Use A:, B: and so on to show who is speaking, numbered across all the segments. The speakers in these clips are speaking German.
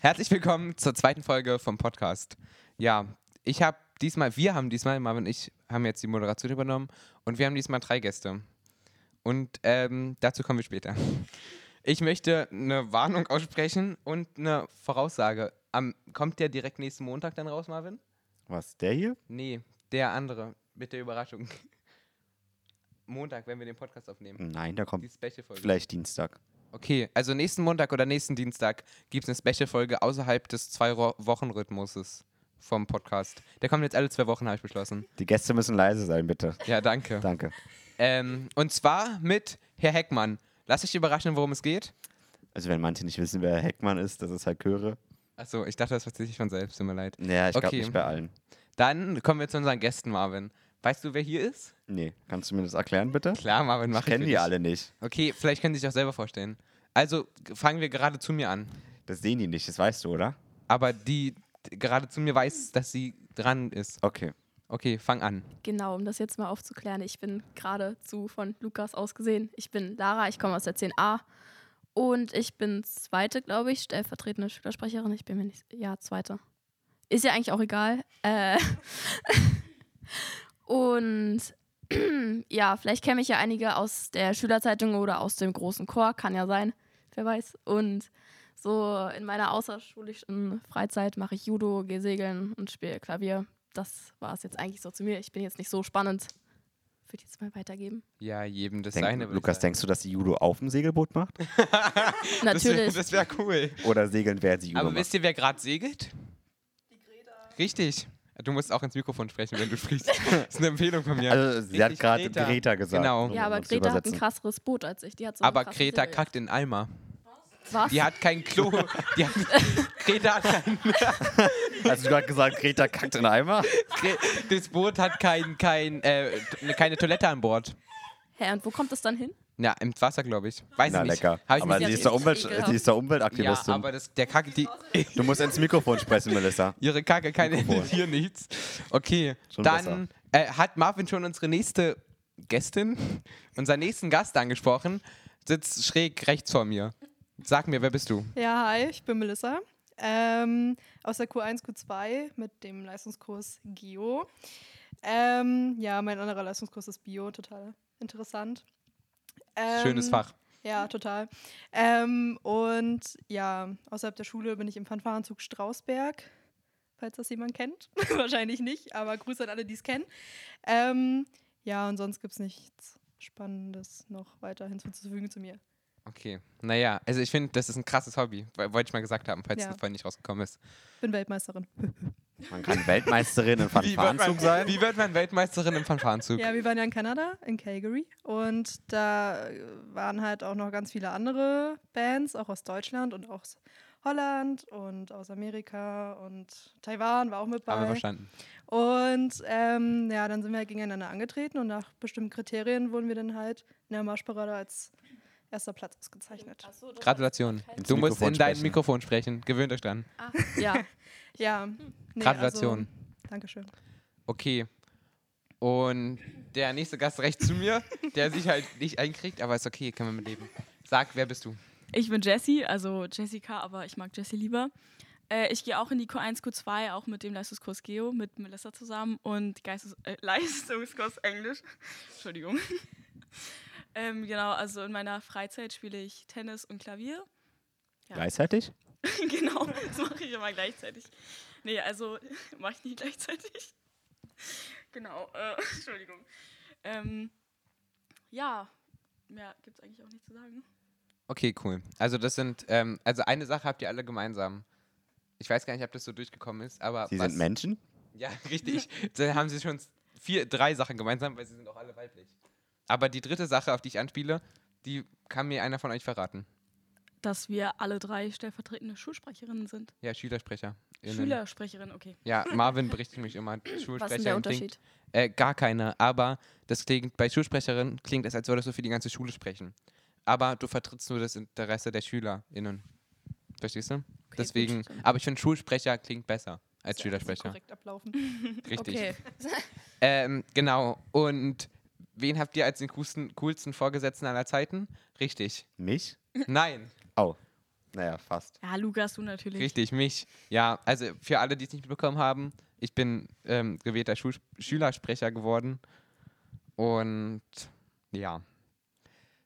A: Herzlich willkommen zur zweiten Folge vom Podcast. Ja, ich habe diesmal, wir haben diesmal, Marvin und ich haben jetzt die Moderation übernommen und wir haben diesmal drei Gäste. Und ähm, dazu kommen wir später. Ich möchte eine Warnung aussprechen und eine Voraussage. Am, kommt der direkt nächsten Montag dann raus, Marvin?
B: Was, der hier?
A: Nee, der andere mit der Überraschung. Montag, wenn wir den Podcast aufnehmen.
B: Nein, der
A: Die
B: kommt
A: Special-Folge.
B: vielleicht Dienstag.
A: Okay, also nächsten Montag oder nächsten Dienstag gibt es eine Special-Folge außerhalb des Zwei-Wochen-Rhythmuses vom Podcast. Der kommt jetzt alle zwei Wochen, habe ich beschlossen.
B: Die Gäste müssen leise sein, bitte.
A: Ja, danke.
B: Danke.
A: Ähm, und zwar mit Herr Heckmann. Lass dich überraschen, worum es geht.
B: Also wenn manche nicht wissen, wer Heckmann ist, das ist halt Chöre.
A: Achso, ich dachte, das verstehe ich von selbst, tut mir leid.
B: Naja, ich glaube
A: Okay.
B: nicht bei allen.
A: Dann kommen wir zu unseren Gästen, Marvin. Weißt du, wer hier ist?
B: Nee, kannst du mir das erklären, bitte?
A: Klar, Marvin, mach
B: Ich kenne
A: für
B: die
A: dich.
B: alle nicht.
A: Okay, vielleicht können Sie sich auch selber vorstellen. Also g- fangen wir gerade zu mir an.
B: Das sehen die nicht, das weißt du, oder?
A: Aber die d- gerade zu mir weiß, dass sie dran ist.
B: Okay.
A: Okay, fang an.
C: Genau, um das jetzt mal aufzuklären, ich bin geradezu von Lukas ausgesehen. Ich bin Lara, ich komme aus der 10a und ich bin zweite, glaube ich, stellvertretende Schülersprecherin. Ich bin mir nicht. Ja, zweite. Ist ja eigentlich auch egal. Äh, und ja, vielleicht kenne ich ja einige aus der Schülerzeitung oder aus dem großen Chor, kann ja sein, wer weiß. Und so in meiner außerschulischen Freizeit mache ich Judo, gehe segeln und spiele Klavier. Das war es jetzt eigentlich so zu mir. Ich bin jetzt nicht so spannend. Würde jetzt mal weitergeben.
A: Ja, jedem das
B: Denk,
A: seine. würde ich
B: Lukas,
A: sagen.
B: denkst du, dass sie Judo auf dem Segelboot macht?
C: Natürlich.
A: Das wäre wär cool.
B: Oder segeln, während sie Judo
A: Aber
B: macht?
A: wisst ihr, wer gerade segelt? Die Greta. Richtig. Du musst auch ins Mikrofon sprechen, wenn du sprichst. das ist eine Empfehlung von mir.
B: Also sie hat
A: Richtig,
B: gerade
A: Greta.
B: Greta. gesagt.
A: Genau.
B: um
C: ja, aber
B: uns zu
C: Greta hat ein
B: übersetzen.
C: krasseres Boot als ich. Die hat so
A: Aber
C: ein krasses
A: Greta
C: Segel.
A: kackt in den Eimer.
C: Was?
A: Die hat kein Klo. Die hat, Greta hat kein,
B: Hast Also, du gerade gesagt, Greta kackt in den Eimer?
A: Gre- Das Boot hat kein, kein, äh, t- keine Toilette an Bord.
C: Hä, und wo kommt das dann hin?
A: Ja, im Wasser, glaube ich. Weiß
B: Na
A: ich nicht.
B: lecker.
A: Hab ich
B: Aber
A: mich
B: sie
C: jetzt
B: ist, doch
C: nicht
B: Umwelt,
C: ekelhaft.
B: sie ist doch
A: ja,
B: Umweltaktivistin.
A: aber das, der Kacke, die,
B: du musst ins Mikrofon sprechen, Melissa.
A: ihre Kacke kann hier nichts. Okay,
B: Schon
A: dann äh, hat Marvin schon unsere nächste Gästin, unseren nächsten Gast angesprochen, sitzt schräg rechts vor mir. Sag mir, wer bist du?
D: Ja, hi, ich bin Melissa. Ähm, aus der Q1, Q2 mit dem Leistungskurs Geo. Ähm, ja, mein anderer Leistungskurs ist Bio, total interessant. Ähm,
A: Schönes Fach.
D: Ja, total. Ähm, und ja, außerhalb der Schule bin ich im Fanfarenzug Strausberg, falls das jemand kennt. Wahrscheinlich nicht, aber Grüße an alle, die es kennen. Ähm, ja, und sonst gibt es nichts Spannendes noch weiter hinzuzufügen zu mir.
A: Okay, naja, also ich finde, das ist ein krasses Hobby. Wo- Wollte ich mal gesagt haben, falls
D: Ja.
A: es vorhin nicht rausgekommen ist.
D: Bin Weltmeisterin.
B: Man kann Weltmeisterin in Fanfarenzug sein.
A: wie wird man Weltmeisterin im Fanfarenzug?
D: Ja, wir waren ja in Kanada, in Calgary. Und da äh, waren halt auch noch ganz viele andere Bands, auch aus Deutschland und auch aus Holland und aus Amerika und Taiwan war auch mit
A: Haben wir
D: bei.
A: verstanden.
D: Und ähm, ja, dann sind wir halt gegeneinander angetreten und nach bestimmten Kriterien wurden wir dann halt in der Marschparade als erster Platz ausgezeichnet.
A: Gratulation.
B: Ins
A: Du musst
B: Mikrofon
A: in dein
B: sprechen.
A: Mikrofon sprechen. Gewöhnt euch dran.
C: Ah, ja.
D: Ja. nee,
A: Gratulation.
D: Also, Dankeschön.
A: Okay. Und der nächste Gast rechts zu mir, der sich halt nicht einkriegt, aber ist okay, kann man mit leben. Sag, wer bist du?
E: Ich bin Jessie, also Jessica, aber ich mag Jessie lieber. Äh, ich gehe auch in die Q1, Q2, auch mit dem Leistungskurs Geo, mit Melissa zusammen und Geistes äh, Leistungskurs Englisch. Entschuldigung. ähm, genau, also in meiner Freizeit spiele ich Tennis und Klavier. Ja.
B: Gleichzeitig?
E: genau, das mache ich immer gleichzeitig. Nee, also mache ich nie gleichzeitig. Genau, äh, Entschuldigung. Ähm, ja, mehr gibt es eigentlich auch nicht zu sagen.
A: Okay, cool. Also das sind, ähm, also eine Sache habt ihr alle gemeinsam. Ich weiß gar nicht, ob das so durchgekommen ist, aber
B: Sie
A: was,
B: sind Menschen?
A: Ja, richtig. Dann haben sie schon vier, drei Sachen gemeinsam, weil sie sind auch alle weiblich. Aber die dritte Sache, auf die ich anspiele, die kann mir einer von euch verraten.
E: dass wir alle drei stellvertretende Schulsprecherinnen sind.
A: Ja, Schülersprecher.
E: Schülersprecherinnen, okay.
A: Ja, Marvin berichtet mich immer.
C: Was ist denn der
A: Schulsprecherin klingt
C: Unterschied?
A: Äh, gar keine, aber das klingt bei Schulsprecherinnen klingt es, als würdest du für die ganze Schule sprechen. Aber du vertrittst nur das Interesse der SchülerInnen. Verstehst du? Deswegen,
C: stimmt.
A: aber ich finde Schulsprecher klingt besser als
C: also
D: Sehr
A: Schülersprecher.
D: Korrekt ablaufen.
A: Richtig.
D: Okay.
A: Ähm, genau. Und wen habt ihr als den coolsten, coolsten Vorgesetzten aller Zeiten? Richtig.
B: Mich?
A: Nein.
B: Oh. Naja, fast.
E: Ja, Lukas, du natürlich.
A: Richtig, mich. Ja, also für alle, die es nicht mitbekommen haben, ich bin ähm, gewählter Schu Schülersprecher geworden. Und ja.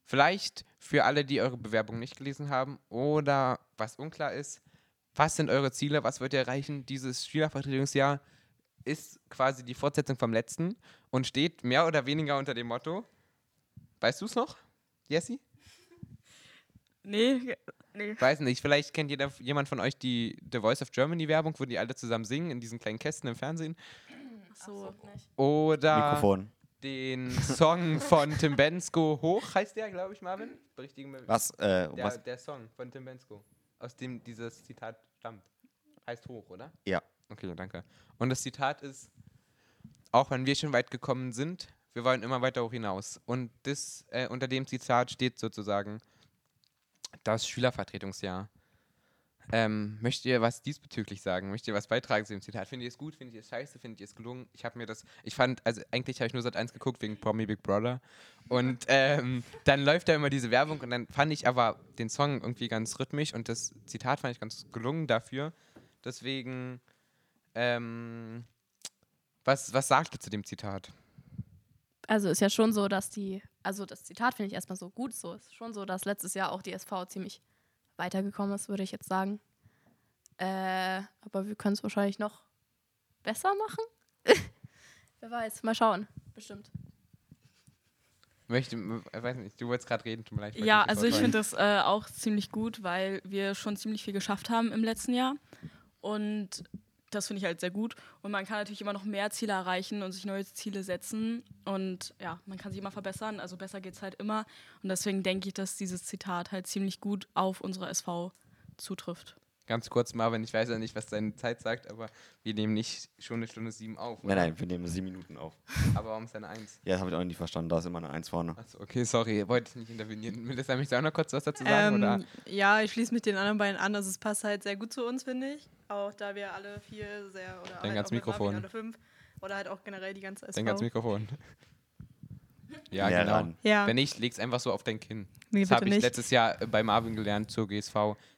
A: Vielleicht für alle, die eure Bewerbung nicht gelesen haben oder was unklar ist, was sind eure Ziele, was wollt ihr erreichen? Dieses Schülervertretungsjahr ist quasi die Fortsetzung vom letzten und steht mehr oder weniger unter dem Motto, weißt du es noch, Jessie?
E: Nee, nee.
A: Weiß nicht, vielleicht kennt jeder, jemand von euch die The Voice of Germany Werbung, wo die alle zusammen singen in diesen kleinen Kästen im Fernsehen.
E: So.
A: Oder
B: Mikrofon.
A: den Song von Tim Bensko Hoch heißt der, glaube ich, Marvin. Berichtigen wir-
B: Was? Äh, um
A: Der,
B: was?
A: der Song von Tim Bensko, aus dem dieses Zitat stammt. Heißt Hoch, oder?
B: Ja.
A: Okay, danke. Und das Zitat ist, auch wenn wir schon weit gekommen sind, wir wollen immer weiter hoch hinaus. Und das, äh, unter dem Zitat steht sozusagen das Schülervertretungsjahr. Ähm, möchtet ihr was diesbezüglich sagen? Möchtet ihr was beitragen zu dem Zitat? Findet ihr es gut? Findet ihr es scheiße? Findet ihr es gelungen? Ich habe mir das, ich fand, also eigentlich habe ich nur seit 1 geguckt wegen Promi Big Brother. Und ähm, dann läuft da immer diese Werbung und dann fand ich aber den Song irgendwie ganz rhythmisch und das Zitat fand ich ganz gelungen dafür. Deswegen, ähm, was, was sagt ihr zu dem Zitat?
C: Also ist ja schon so, dass die, also das Zitat finde ich erstmal so gut so. Ist schon so, dass letztes Jahr auch die SV ziemlich weitergekommen ist, würde ich jetzt sagen. Äh, aber wir können es wahrscheinlich noch besser machen. Wer weiß, mal schauen. Bestimmt.
A: Möchte, äh, weiß nicht, du wolltest gerade reden, tut mir leid. wollte
E: Ja,
A: nicht
E: also ich
A: vorschlagen.
E: finde das äh, auch ziemlich gut, weil wir schon ziemlich viel geschafft haben im letzten Jahr. Und das finde ich halt sehr gut. Und man kann natürlich immer noch mehr Ziele erreichen und sich neue Ziele setzen. Und ja, man kann sich immer verbessern. Also besser geht es halt immer. Und deswegen denke ich, dass dieses Zitat halt ziemlich gut auf unsere SV zutrifft.
A: Ganz kurz, Marvin, ich weiß ja nicht, was deine Zeit sagt, aber wir nehmen nicht schon eine Stunde sieben auf.
B: Nein,
A: oder?
B: nein, wir nehmen sieben Minuten auf.
A: Aber warum ist deine Eins?
B: Ja, das habe ich auch nicht verstanden. Da ist immer eine Eins vorne.
A: Achso, okay, sorry, wollte ich nicht intervenieren. Melissa, möchtest du auch noch kurz was dazu sagen?
D: Ähm,
A: oder?
D: Ja, ich schließe mich den anderen beiden an. Also es passt halt sehr gut zu uns, finde ich. Auch da wir alle vier sehr oder
A: Denk ans
D: halt auch mit Marvin
A: Mikrofon.
D: alle fünf oder halt auch generell die ganze SV.
A: Denk ans Mikrofon. Ja,
B: Näher
A: genau.
B: ran.
D: Ja,
A: Wenn nicht, leg's einfach so auf dein Kinn.
D: Nee,
A: das
D: bitte
A: habe ich
D: nicht.
A: letztes Jahr äh, bei Marvin gelernt zur GSV.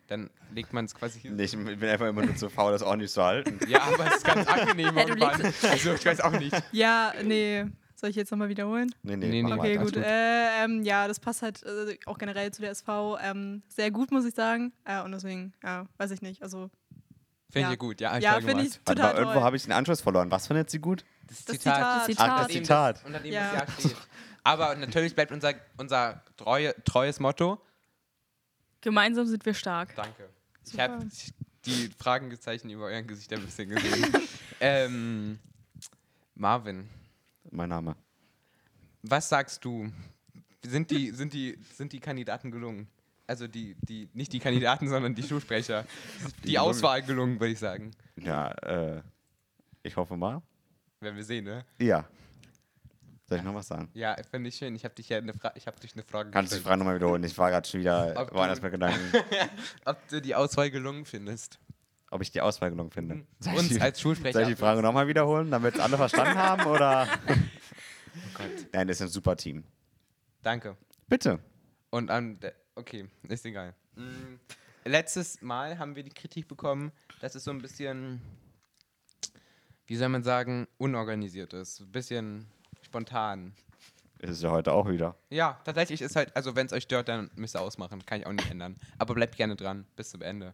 A: Dann legt man es quasi hier.
B: Nee, ich bin einfach immer nur zu faul, das ordentlich zu halten.
A: Ja, aber es ist ganz angenehm
C: Hey, du
A: irgendwann. Also ich weiß auch nicht.
D: ja, nee. Soll ich jetzt nochmal wiederholen?
B: Nee, nee,
A: Nee,
B: mach
A: nee.
B: mal.
D: Okay,
A: alles
D: gut.
A: gut.
D: Äh, ähm, ja, das passt halt äh, auch generell zu der SV ähm, sehr gut, muss ich sagen. Äh, und deswegen, ja, weiß ich nicht. Also,
A: Finde
D: Ja.
A: ich gut, ja. hab
D: ja,
A: toll
D: finde ich
A: gemacht.
B: Warte mal,
D: total
B: irgendwo
D: toll.
B: habe ich den Anschluss verloren. Was findet sie gut?
A: Das
D: Das
A: Zitat.
C: Das
D: Zitat.
B: Ach, das
C: Zitat.
B: Zitat.
A: Unter dem
D: Ja.
A: das Jahr steht. Aber natürlich bleibt unser, unser treue, treues Motto.
E: Gemeinsam sind wir stark.
A: Danke. Ich habe die Fragezeichen über euren Gesicht ein bisschen gesehen. ähm, Marvin,
B: Mein Name.
A: was sagst du? Sind die, sind die, sind die Kandidaten gelungen? Also die, die, nicht die Kandidaten, sondern die Schulsprecher. Die,
B: gelungen.
A: Auswahl gelungen, würde ich sagen.
B: Ja, äh, ich hoffe mal.
A: Werden wir sehen, ne?
B: Ja. Soll ich noch was sagen?
A: Ja, finde ich schön. Ich habe dich ja eine Fra ich habe dich eine Frage
B: Kannst du die
A: gestellt.
B: Frage nochmal wiederholen? Ich war gerade schon wieder
A: Ob du-
B: woanders mit Gedanken,
A: Ob du die Auswahl gelungen findest.
B: ob ich die Auswahl gelungen finde. Soll
A: Hm.
B: ich
A: Uns
B: die-
A: als
B: Soll
A: Schulsprecher.
B: ich die Frage nochmal wiederholen, damit es alle verstanden haben? Oder?
A: Oh
B: Nein, das ist ein super Team.
A: Danke.
B: Bitte.
A: Und an der- okay, ist egal. Mm, Letztes Mal haben wir die Kritik bekommen, dass es so ein bisschen, wie soll man sagen, unorganisiert ist. Ein bisschen spontan.
B: Ist es ja heute auch wieder.
A: Ja, tatsächlich ist halt, also wenn es euch stört, dann müsst ihr ausmachen. Kann ich auch nicht ändern. Aber bleibt gerne dran, bis zum Ende.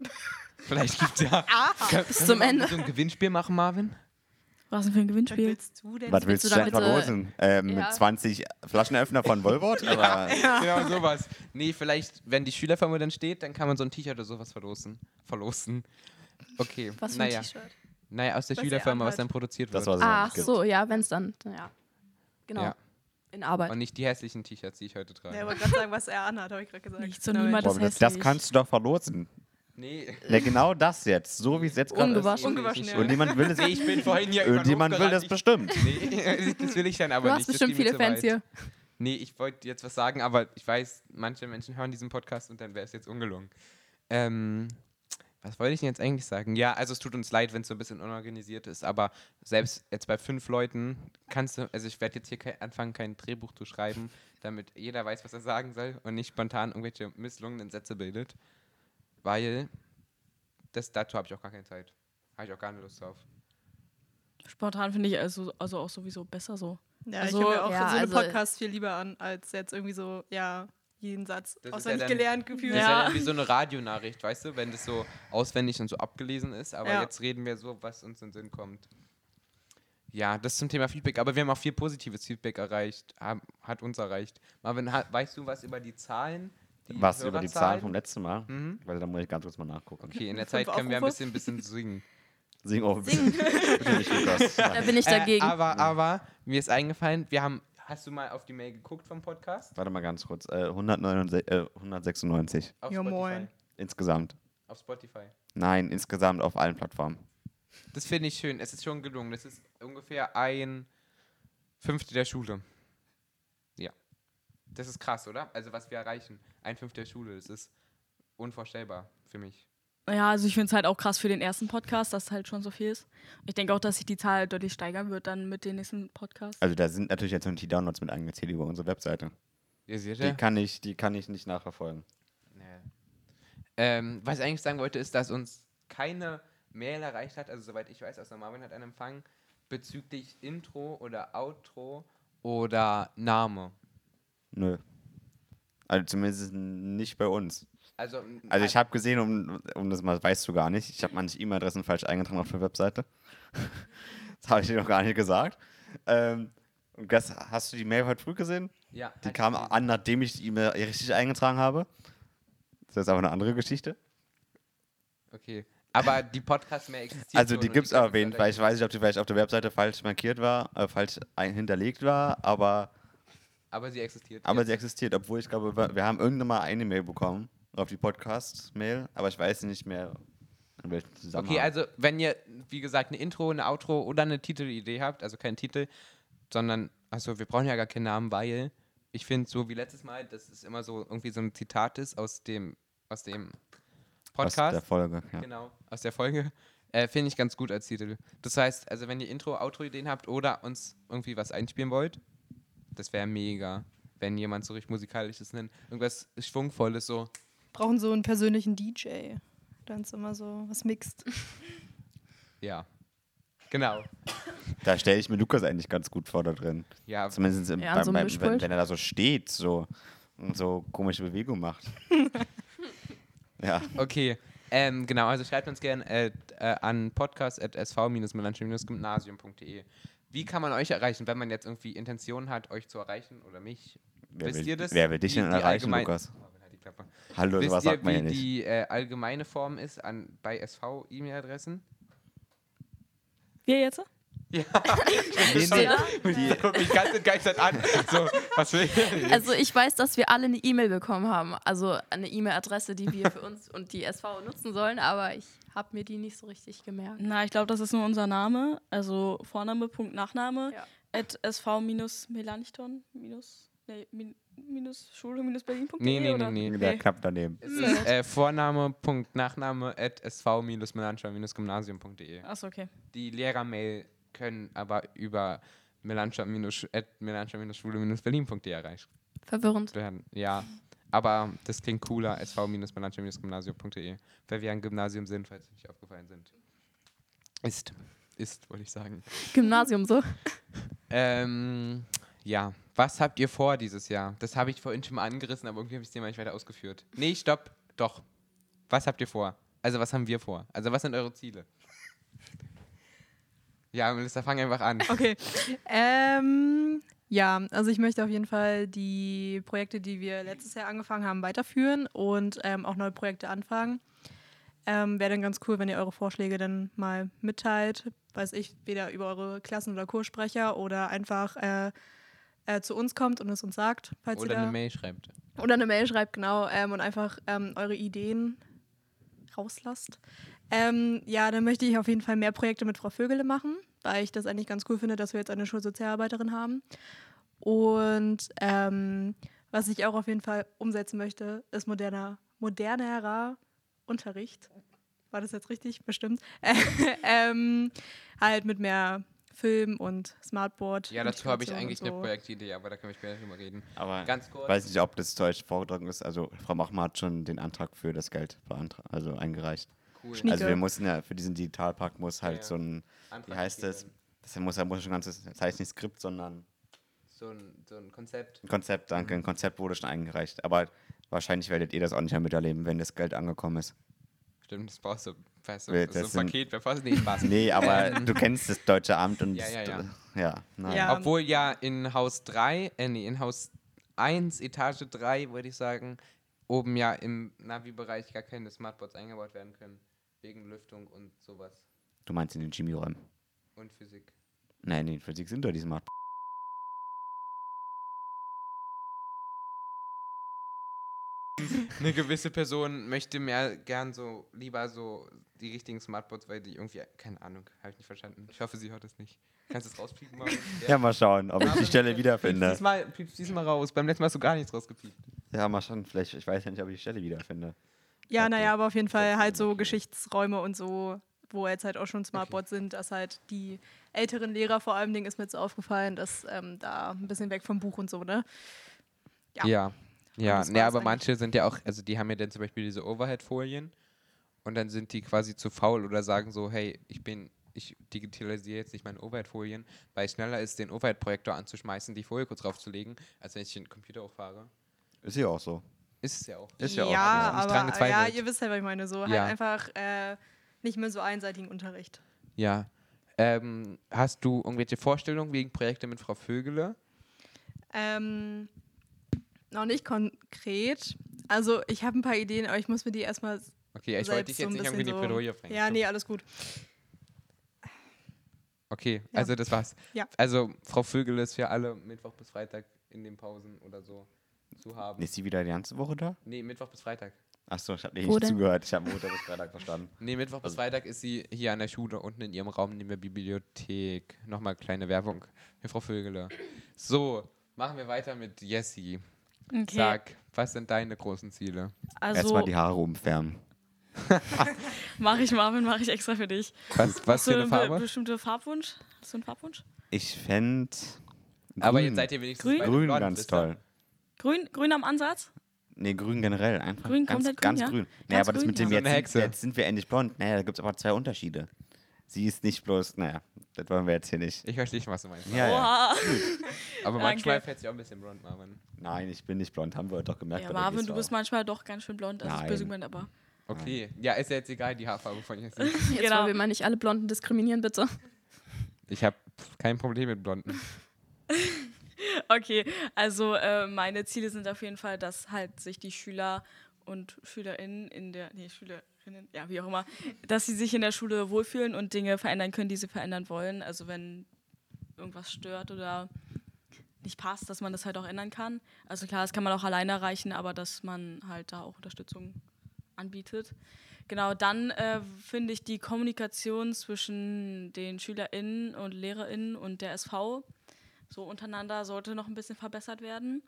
A: Vielleicht gibt's ja. Können-
C: Ah. Bis
A: können
C: zum
A: wir auch
C: Ende.
A: So ein Gewinnspiel machen, Marvin?
E: Was denn für ein Gewinnspiel?
D: du denn?
B: Was willst
C: willst
B: du
C: du da
B: denn
C: bitte-
B: verlosen? Äh, mit
C: Ja.
B: 20 Flaschenöffner von Volvort? Aber
A: Genau sowas. Nee, vielleicht, wenn die Schülerfirma dann steht, dann kann man so ein T-Shirt oder sowas verlosen. Verlosen. Okay,
C: Was für ein
A: naja.
C: T-Shirt.
A: Naja, aus der
D: Was ihr
A: Schülerfirma, was
D: anhat.
A: dann produziert
B: das
A: wird.
B: war so.
C: Ach so, ja, wenn es dann, ja. Genau.
A: Ja.
C: In Arbeit.
A: Und nicht die hässlichen T-Shirts, die ich heute trage.
D: Ja, wollte gerade sagen, was er anhat, habe ich gerade gesagt. Genau,
E: Nichts und
D: Nein.
E: niemand-
B: Das,
E: Das
B: das,
E: heißt
B: das
E: nicht.
B: kannst du doch verlosen.
A: Nee.
B: Ja, genau das jetzt, so wie es jetzt gerade ist.
C: Ungewaschen.
D: Ungewaschen, ja.
B: Und jemand will es.
A: Nee, ich bin vorhin hier über den
B: Irgendjemand
A: Hof
B: will das
A: gerannt.
B: bestimmt.
A: Ich- Nee, das will ich dann aber
C: du
A: nicht.
C: hast
A: das
C: bestimmt
A: geht mir
C: viele
A: zu
C: Fans
A: weit.
C: hier.
A: Nee, ich wollte jetzt was sagen, aber ich weiß, manche Menschen hören diesen Podcast und dann wäre es jetzt ungelungen. Ähm, was wollte ich denn jetzt eigentlich sagen? Ja, also es tut uns leid, wenn es so ein bisschen unorganisiert ist, aber selbst jetzt bei fünf Leuten kannst du, also ich werde jetzt hier kein, anfangen, kein Drehbuch zu schreiben, damit jeder weiß, was er sagen soll und nicht spontan irgendwelche misslungenen Sätze bildet. weil das, dazu habe ich auch gar keine Zeit. Habe ich auch gar keine Lust drauf.
E: Spontan finde ich also, also auch sowieso besser so.
D: Ja,
E: Also,
D: ich höre mir auch
C: ja,
D: so einen
C: also-
D: Podcast viel lieber an, als jetzt irgendwie so, ja, jeden Satz
A: Das ist
D: auswendig
A: ja dann-
D: gelernt gefühlt.
A: Das ist ja
E: Ja.
A: dann wie so eine Radionachricht, weißt du, wenn das so auswendig und so abgelesen ist. Aber
D: Ja.
A: jetzt reden wir so, was uns in den Sinn kommt. Ja, das zum Thema Feedback. Aber wir haben auch viel positives Feedback erreicht, haben, hat uns erreicht. Marvin, ha, weißt du was über die Zahlen? Die
B: Was über die Zahlen
A: Hörerzahlen?
B: vom letzten Mal?
A: Mhm.
B: Weil da muss ich ganz kurz mal nachgucken.
A: Okay, in der
D: Fünf
A: Zeit können wir ein
D: Aufrufe?
A: bisschen, bisschen singen.
B: Sing auch Sing. nicht Lukas.
C: Da bin ich dagegen.
A: Äh, aber, aber, mir ist eingefallen, wir haben, hast du mal auf die Mail geguckt vom Podcast?
B: Warte mal ganz kurz. Äh, 196, äh, 196
A: Auf
D: Ja,
A: Spotify.
D: moin.
B: insgesamt.
A: Auf Spotify.
B: Nein, insgesamt auf allen Plattformen.
A: Das finde ich schön. Es ist schon gelungen. Das ist ungefähr ein Fünftel der Schule. Ja. Das ist krass, oder? Also, was wir erreichen. Ein Fünftel der Schule. Das ist unvorstellbar für mich.
E: Ja, also ich finde es halt auch krass für den ersten Podcast, dass halt schon so viel ist. Ich denke auch, dass sich die Zahl deutlich steigern wird dann mit den nächsten Podcasts.
B: Also da sind natürlich jetzt noch die Downloads mit angezählt über unsere Webseite.
A: Ihr seht
B: Die kann ich, die kann ich nicht nachverfolgen.
A: Nee. Ähm, was ich eigentlich sagen wollte, ist, dass uns keine Mail erreicht hat, also soweit ich weiß, außer Marvin hat einen Empfang, bezüglich Intro oder Outro oder Name.
B: Nö. Also zumindest nicht bei uns.
A: Also,
B: Also ich habe gesehen, um, um das mal weißt du gar nicht, ich habe manche E-Mail-Adressen falsch eingetragen auf der Webseite. das habe ich dir noch gar nicht gesagt. Ähm, und das, hast du die Mail heute früh gesehen?
A: ja, halt
B: Die
A: hat
B: kam
A: gelesen.
B: an, nachdem ich die E-Mail richtig eingetragen habe. Das ist aber eine andere Geschichte.
A: Okay. Aber die Podcast-Mail existiert.
B: Also
A: schon
B: die
A: und
B: gibt es
A: kann uns
B: erwähnt, weil ich
A: weitergeben.
B: weiß nicht, ob die vielleicht auf der Webseite falsch markiert war, äh, falsch ein hinterlegt war, aber,
A: Aber sie existiert.
B: aber
A: jetzt.
B: sie existiert, obwohl ich glaube, wir wir haben irgendwann mal eine Mail bekommen, auf die Podcast-Mail, aber ich weiß nicht mehr, in welchem Zusammenhang.
A: Okay, also wenn ihr, wie gesagt, eine Intro, eine Outro oder eine Titelidee habt, also keinen Titel, sondern, also wir brauchen ja gar keinen Namen, weil ich finde, so wie letztes Mal, dass es immer so irgendwie so ein Zitat ist aus dem, aus dem
B: Aus
A: Podcast.
B: der Folge, ja.
A: Genau, aus der Folge. Äh, Finde ich ganz gut als Titel. Das heißt, also wenn ihr Intro, Outro-Ideen habt oder uns irgendwie was einspielen wollt, das wäre mega, wenn jemand so richtig musikalisches nennt. Irgendwas Schwungvolles, so.
D: Brauchen so einen persönlichen DJ. Dann ist immer so was mixt.
A: Ja. Genau.
B: Da stelle ich mir Lukas eigentlich ganz gut vor da drin.
A: Ja,
B: Zumindest im,
C: Ja,
B: beim,
C: so ein
B: beim, wenn,
C: Mischpult.
B: wenn er da so steht so, und so komische Bewegungen macht. ja,
A: okay. Ähm, genau, also schreibt uns gerne äh, äh, an podcast.sv-melanche-gymnasium.de. Wie kann man euch erreichen, wenn man jetzt irgendwie Intentionen hat, euch zu erreichen oder mich?
B: wer
A: Wisst
B: will,
A: ihr das?
B: Wer will dich
A: Die-
B: denn
A: die
B: erreichen,
A: allgemein-
B: Lukas?
A: Marvin hat die Klappe.
B: Hallo,
A: Wisst
B: sowas
A: ihr,
B: sagt man ja
A: wie
B: nicht.
A: die äh, allgemeine Form ist an, bei SV-E-Mail-Adressen?
E: Wir jetzt?
A: Ja. nee,
C: nee. Ja.
A: Die guckt mich ganz entgeistert an. So, was will ich?
C: Also ich weiß, dass wir alle eine E-Mail bekommen haben. Also eine E-Mail-Adresse, die wir für uns und die SV nutzen sollen, aber ich habe mir die nicht so richtig gemerkt.
E: Na, ich glaube, das ist nur unser Name. Also Vorname, Punkt, Nachname.
C: Ja.
E: At sv-melanchthon- minus- nee, min- minus Schule minus Berlin.
A: Nee, nee,
E: oder?
A: nee, nee.
B: Der knapp daneben.
A: Es ist äh, Vorname.nachname at sv-melanchthon-gymnasium.de.
E: Achso, okay.
A: Die Lehrermail können aber über melanchthon-schwule-berlin.de erreicht
C: Verwirrend.
A: werden. Ja, aber das klingt cooler, sv-melanchthon-gymnasium.de, weil wir ein Gymnasium sind, falls nicht aufgefallen sind. Ist. Ist, wollte ich sagen.
C: Gymnasium so.
A: Ähm, ja. Was habt ihr vor dieses Jahr? Das habe ich vorhin schon mal angerissen, aber irgendwie habe ich das Thema nicht weiter ausgeführt. Nee, stopp. Doch. Was habt ihr vor? Also, was haben wir vor? Also, was sind eure Ziele? Ja, Melissa, fang einfach an.
D: Okay. ähm, ja, also ich möchte auf jeden Fall die Projekte, die wir letztes Jahr angefangen haben, weiterführen und ähm, auch neue Projekte anfangen. Ähm, Wäre dann ganz cool, wenn ihr eure Vorschläge dann mal mitteilt. Weiß ich, weder über eure Klassen- oder Kurssprecher oder einfach äh, äh, zu uns kommt und es uns sagt, falls ihr
A: Oder
D: da
A: eine Mail schreibt.
D: oder eine Mail schreibt, genau, ähm, und einfach ähm, eure Ideen rauslasst. Ähm, ja, dann möchte ich auf jeden Fall mehr Projekte mit Frau Vögele machen, weil ich das eigentlich ganz cool finde, dass wir jetzt eine Schulsozialarbeiterin haben. Und ähm, was ich auch auf jeden Fall umsetzen möchte, ist moderner, modernerer Unterricht. War das jetzt richtig? Bestimmt. ähm, halt mit mehr Film und Smartboard.
A: Ja, dazu habe ich
D: Integration
A: eigentlich
D: und
A: eine
D: so.
A: Projektidee, aber da können wir später drüber reden.
B: Aber
A: Ganz kurz.
B: weiß nicht, ob das Deutsch vorgedrungen ist. Also Frau Machmann hat schon den Antrag für das Geld beantragt, also eingereicht.
A: cool.
D: Schnieke.
B: Also wir mussten ja für diesen Digitalpark muss halt
A: Ja.
B: so ein, wie
A: Antrag
B: heißt es?
A: geschrieben.
B: Das muss ja muss schon ein ganzes, das heißt nicht Skript, sondern
A: So ein, so ein Konzept.
B: ein Konzept, danke. Ein Konzept wurde schon eingereicht. Aber wahrscheinlich werdet ihr das auch nicht mehr miterleben, wenn das Geld angekommen ist.
A: Stimmt, das brauchst du. Weißt
B: Wir-
A: du, so
B: das
A: ein
B: sind-
A: Paket, bevor es nicht passt.
B: Nee, aber du kennst das deutsche Amt und
A: Ja,
B: das,
A: ja, ja.
B: ja, nein.
D: Ja.
A: Obwohl ja in Haus 3, äh nee, in Haus 1, Etage 3, würde ich sagen, oben ja im Navi-Bereich gar keine Smartboards eingebaut werden können. Wegen Lüftung und sowas.
B: Du meinst in den Chemieräumen.
A: Und Physik.
B: Nein, in Physik sind doch die Smart.
A: Eine gewisse Person möchte mehr gern so, lieber so die richtigen Smartboards, weil die irgendwie, keine Ahnung, habe ich nicht verstanden. Ich hoffe, sie hört es nicht. Kannst du es rauspiepen, Mario?
B: Ja, mal schauen, ob ich die Stelle
A: Piepst
B: wiederfinde.
A: diesmal, piepst diesmal raus. Beim letzten Mal hast du gar nichts rausgepiept.
B: Ja, mal schauen. Vielleicht, ich weiß ja nicht, ob ich die Stelle wiederfinde.
D: Ja,
B: Okay.
D: naja, aber auf jeden Fall
B: Setzen
D: halt
B: wir
D: so
B: mal.
D: Geschichtsräume und so, wo jetzt halt auch schon Smartboards sind, dass halt die älteren Lehrer vor allem Dingen ist mir jetzt so aufgefallen, dass ähm, da ein bisschen weg vom Buch und so, ne? Ja.
A: Ja, ja,
D: das
A: nee,
D: war's
A: aber
D: eigentlich.
A: manche sind ja auch, also die haben ja dann zum Beispiel diese Overhead-Folien und dann sind die quasi zu faul oder sagen so, hey, ich bin, ich digitalisiere jetzt nicht meine Overhead-Folien, weil es schneller ist, den Overhead-Projektor anzuschmeißen, die Folie kurz draufzulegen, als wenn ich den Computer hochfahre.
B: Ist ja auch so.
A: Ist es ja auch.
B: Ist ja auch
D: ja
A: nicht dran
D: aber ja,
A: gezweifelt.
D: ihr wisst halt, was ich meine, so halt
A: Ja.
D: einfach äh, nicht mehr so einseitigen Unterricht.
A: Ja. Ähm, hast du irgendwelche Vorstellungen wegen Projekte mit Frau Vögele?
D: Ähm, noch nicht konkret. Also ich habe ein paar Ideen, aber ich muss mir die erstmal
A: Okay, ich
D: selbst
A: wollte dich
D: so
A: jetzt
D: ein
A: nicht
D: bisschen
A: irgendwie in die
D: so
A: Bredouille bringen.
D: Ja, nee, alles gut.
A: Okay,
D: Ja.
A: also das war's.
D: Ja.
A: Also Frau Vögel ist für alle Mittwoch bis Freitag in den Pausen oder so zu haben.
B: Ist sie wieder die ganze Woche da?
A: Nee, Mittwoch bis Freitag.
B: Achso, ich habe nicht
C: Wo denn?
B: zugehört. Ich habe Montag bis Freitag verstanden.
A: Nee, Mittwoch bis
B: Also-
A: Freitag ist sie hier an der Schule unten in ihrem Raum neben der Bibliothek. Nochmal kleine Werbung für Frau Vögele. So, machen wir weiter mit Jessie.
E: Okay,
A: Sag, was sind deine großen Ziele?
E: also
B: Erstmal die Haare umfärben.
E: mache ich Marvin, mache ich extra für dich.
A: Was, was
E: Hast du
A: für eine
E: be-
A: Farbe?
E: bestimmte Farbwunsch? Hast du einen Farbwunsch?
B: Ich fände.
A: Aber jetzt seid ihr wenigstens
E: Grün?
A: beide
B: Grün
A: blond,
B: ganz
A: wisst ihr?
B: toll.
E: Grün, grün am Ansatz?
B: Nee, grün generell. Einfach
E: Grün,
B: ganz,
E: komplett grün,
B: ganz
E: ja.
B: grün. Naja,
E: Ganz
B: aber das
E: grün,
B: mit
E: ja.
B: dem
A: So eine
B: jetzt,
A: Hexe.
B: sind, jetzt sind wir endlich blond. Naja, da gibt es aber zwei Unterschiede. Sie ist nicht bloß, naja, das wollen wir jetzt hier nicht.
A: Ich verstehe schon, was du meinst.
B: Ja, ja.
E: Oha.
A: Aber
E: Danke.
A: manchmal fällt sie auch ein bisschen blond, Marvin.
B: Nein, ich bin nicht blond, haben wir heute doch gemerkt.
E: Ja,
B: bei der
E: Marvin,
B: GSV.
E: du bist manchmal doch ganz schön blond. Also
B: Nein.
E: ich böse gemeint, aber.
A: Okay, ja, ist ja jetzt egal, die Haarfarbe von Jessie.
C: Jetzt
E: Genau.
C: wollen wir mal nicht alle Blonden diskriminieren, bitte.
A: Ich habe kein Problem mit Blonden.
E: Okay, also äh, meine Ziele sind auf jeden Fall, dass halt sich die Schüler und Schülerinnen in der, nee, Schülerinnen, ja, wie auch immer, dass sie sich in der Schule wohlfühlen und Dinge verändern können, die sie verändern wollen. Also wenn irgendwas stört oder nicht passt, dass man das halt auch ändern kann. Also klar, das kann man auch alleine erreichen, aber dass man halt da auch Unterstützung anbietet. Genau, dann äh, finde ich die Kommunikation zwischen den SchülerInnen und LehrerInnen und der SV so untereinander sollte noch ein bisschen verbessert werden.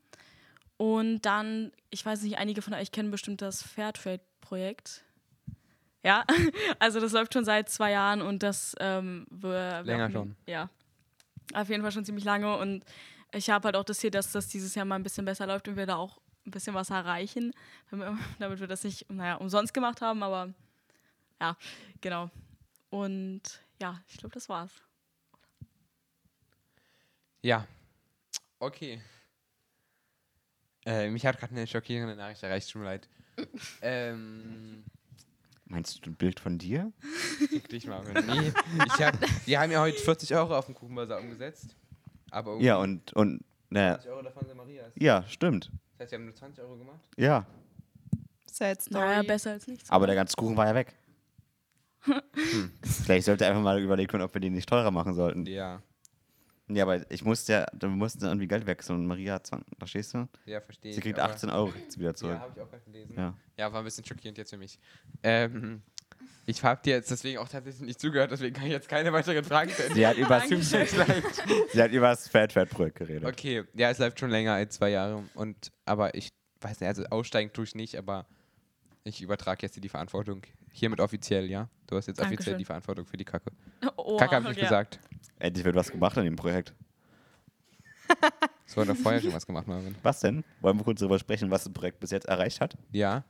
E: Und dann, ich weiß nicht, einige von euch kennen bestimmt das Fairtrade-Projekt. Ja, also das läuft schon seit zwei Jahren und das ähm, wir, wir
A: Länger
E: auch-
A: schon.
E: Ja, auf jeden Fall schon ziemlich lange und ich habe halt auch das Ziel, dass das dieses Jahr mal ein bisschen besser läuft und wir da auch ein bisschen was erreichen, damit wir- damit wir das nicht, naja, umsonst gemacht haben, aber ja, genau. Und ja, ich glaube, das war's.
A: Ja. Okay. Äh, mich hat gerade eine schockierende Nachricht erreicht, tut mir leid. ähm,
B: Meinst du ein Bild von dir?
A: fick dich mal. Nee, ich hab, wir haben ja heute 40 Euro auf dem Kuchenbasar umgesetzt. Aber irgendwie
B: Ja, und, und, naja,
A: 20 Euro davon sind Marias.
B: ja, stimmt.
A: Das heißt, wir haben nur 20 Euro gemacht.
B: Ja.
D: Sad Story.
E: Naja, besser als nichts.
B: Aber der ganze Kuchen war ja weg. Hm. Vielleicht sollte einfach mal überlegt werden, ob wir den nicht teurer machen sollten.
A: Ja,
B: Ja, aber ich musste ja, wir mussten dann irgendwie Geld wechseln und Maria hat 20, verstehst du?
A: ja, verstehe
B: Sie kriegt
A: aber-
B: 18 Euro jetzt wieder zurück.
A: Ja, habe ich auch gerade gelesen.
B: Ja.
A: Ja, war ein bisschen schockierend jetzt für mich. Ähm, ich habe dir jetzt deswegen auch tatsächlich nicht zugehört, deswegen kann ich jetzt keine weiteren Fragen stellen.
B: Sie hat über
E: Dankeschön.
B: sie hat über das Fat Fat Projekt geredet.
A: Okay, ja, es läuft schon länger als zwei Jahre. Und aber ich weiß nicht, also aussteigen tue ich nicht, aber ich übertrage jetzt hier die Verantwortung. Ich Hiermit offiziell, ja. Du hast jetzt offiziell
E: Dankeschön.
A: die Verantwortung für die Kacke.
E: Oh,
A: Kacke habe ich nicht
E: ja.
A: gesagt.
B: Endlich wird was gemacht an dem Projekt.
A: So hat er vorher schon was gemacht, Marvin.
B: Was denn? Wollen wir kurz darüber sprechen, was das Projekt bis jetzt erreicht hat?
A: Ja.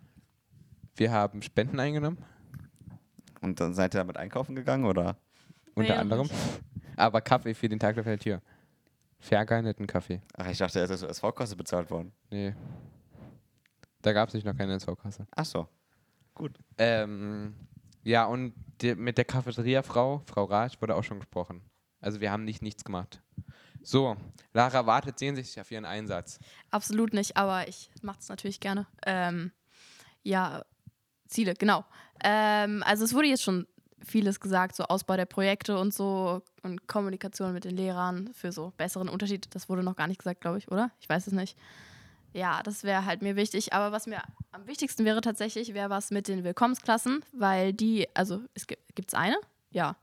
A: Wir haben Spenden eingenommen,
B: Und dann seid ihr damit einkaufen gegangen oder?
A: unter
E: noch
A: anderem. Aber Kaffee für den Tag der der Tür. Vergeinerten Kaffee.
B: Ach, ich dachte, er ist als SV-Koste bezahlt worden.
A: Nee. Da gab es nicht noch keine SV-Kasse.
B: Ach so. Gut.
A: Ähm, ja, und die, mit der Cafeteria-Frau, Frau Rasch, wurde auch schon gesprochen. Also wir haben nicht nichts gemacht. So, Lara wartet sehnsüchtig auf ihren Einsatz.
C: Absolut nicht, aber ich mache es natürlich gerne. Ähm, ja, Ziele, genau. Ähm, also es wurde jetzt schon vieles gesagt, so Ausbau der Projekte und so und Kommunikation mit den Lehrern für so besseren Unterschied. Das wurde noch gar nicht gesagt, glaube ich, oder? Ich weiß es nicht. Ja, das wäre halt mir wichtig. Aber was mir am wichtigsten wäre tatsächlich, wäre was mit den Willkommensklassen, weil die, also es gibt es eine? Ja.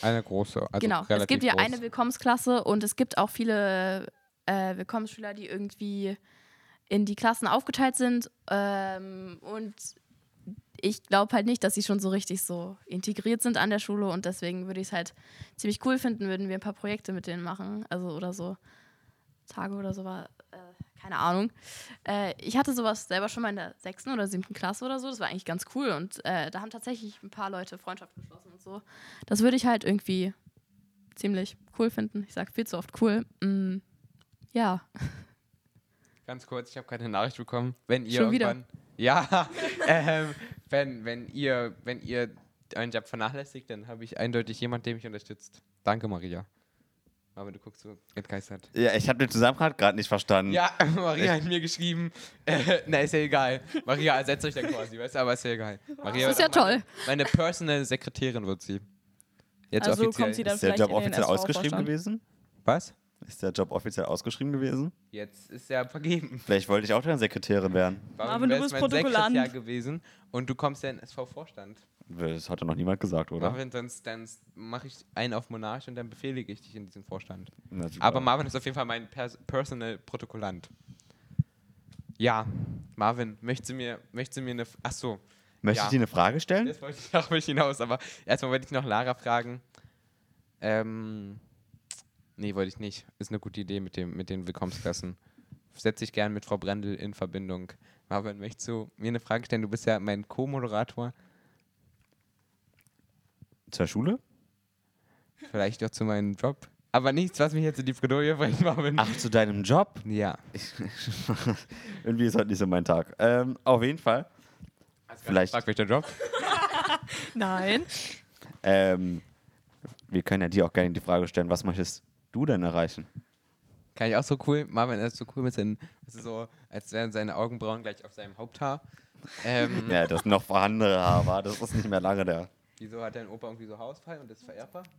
A: eine große. Also
C: genau,
A: relativ
C: es gibt ja
A: groß.
C: eine Willkommensklasse und es gibt auch viele äh, Willkommensschüler, die irgendwie in die Klassen aufgeteilt sind. Ähm, und ich glaube halt nicht, dass sie schon so richtig so integriert sind an der Schule und deswegen würde ich es halt ziemlich cool finden, würden wir ein paar Projekte mit denen machen. Also oder so Tage oder so war. äh, Keine Ahnung. Äh, ich hatte sowas selber schon mal in der sechsten oder siebten Klasse oder so. Das war eigentlich ganz cool. Und äh, da haben tatsächlich ein paar Leute Freundschaft geschlossen und so. Das würde ich halt irgendwie ziemlich cool finden. Ich sag viel zu oft cool. Mm, ja.
A: Ganz kurz, ich habe gerade eine Nachricht bekommen. Wenn ihr
C: Schon wieder?
A: irgendwann. Ja, ähm, wenn, wenn, ihr, wenn ihr euren Job vernachlässigt, dann habe ich eindeutig jemanden, der mich unterstützt. Danke, Maria. Aber du guckst so entgeistert.
B: Ja, ich habe den Zusammenhang gerade nicht verstanden.
A: Ja, Maria hat mir geschrieben, äh, na, ist ja egal. Maria ersetzt euch dann quasi, weißt du, aber ist ja egal. Maria
C: Das ist
A: wird
C: ja
A: auch meine-
C: toll.
A: Meine personal Sekretärin wird sie. Jetzt
E: Also
A: offiziell.
E: kommt sie dann
B: Ist der
E: vielleicht
B: Job
E: in den
B: offiziell
E: SV
B: ausgeschrieben
E: Vorstand.
B: gewesen?
A: Was?
B: Ist der Job offiziell ausgeschrieben gewesen?
A: Jetzt ist er vergeben.
B: Vielleicht wollte ich auch deine Sekretärin werden.
E: Marvin, du
A: wärst
E: bist
A: mein
E: Protokollant.
A: Sekretär gewesen und du kommst ja in SV-Vorstand.
B: Das hat doch noch niemand gesagt, oder?
A: Marvin, sonst, dann mache ich einen auf Monarch und dann befehlige ich dich in diesen Vorstand.
B: Na, super.
A: Aber Marvin ist auf jeden Fall mein Pers Personal Protokollant. Ja, Marvin, möchtest du mir, möchtest du mir eine. Ach so,
B: Möchte ich
A: ja.
B: dir eine Frage stellen?
A: Das wollte ich darauf nicht hinaus, aber erstmal wollte ich noch Lara fragen. Ähm, nee, wollte ich nicht. Ist eine gute Idee mit, dem, mit den Willkommensklassen. Setze ich gern mit Frau Brendel in Verbindung. Marvin, möchtest du mir eine Frage stellen? Du bist ja mein Co-Moderator,
B: Zur Schule?
A: vielleicht auch zu meinem Job. Aber nichts, was mich jetzt in die Bredouille bringt, Marvin.
B: Ach, zu deinem Job?
A: Ja.
B: Irgendwie ist heute nicht so mein Tag. Ähm, auf jeden Fall. Vielleicht-
A: Frag mich der Job.
E: Nein.
B: Ähm, wir können ja dir auch gerne die Frage stellen, was möchtest du denn erreichen?
A: Kann ich auch so cool. Marvin ist so cool mit seinen, das ist so, als wären seine Augenbrauen gleich auf seinem Haupthaar. Ähm,
B: Ja, das noch vorhandene Haar war, das ist nicht mehr lange der.
A: Wieso hat dein Opa irgendwie so Haarausfall und ist vererbbar?
D: Ah.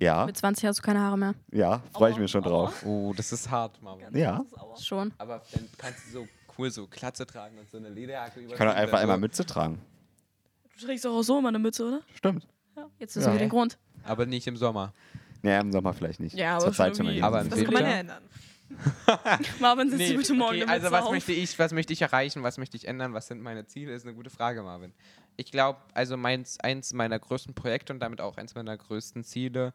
B: Ja,
C: Mit 20 hast du keine Haare mehr.
B: ja, freue ich mich schon drauf.
A: Oh, das ist hart, Marvin.
B: Ja.
C: Schon.
A: Aber dann kannst du so cool so Klatze tragen und so eine Lederjacke über.
B: Ich kann doch einfach einmal Mütze tragen.
E: Du trägst doch auch so immer eine Mütze, oder?
B: Stimmt.
C: Jetzt wissen
B: Ja.
C: wir den Grund.
A: Aber nicht im Sommer.
B: Naja, im Sommer vielleicht nicht.
E: Ja, aber
B: Zur
E: schon
B: Zeit
E: irgendwie-
B: zumindest.
A: Aber im
D: Das kann man ja
A: Winter.
D: ändern.
E: Marvin sitzt nee,
A: Nee,
E: gute Morgen
A: okay,
E: eine
A: also
E: Mütze
A: was
E: auf.
A: möchte ich, was möchte ich erreichen, was möchte ich ändern, was sind meine Ziele, ist eine gute Frage, Marvin. Ich glaube, also meins, eins meiner größten Projekte und damit auch eins meiner größten Ziele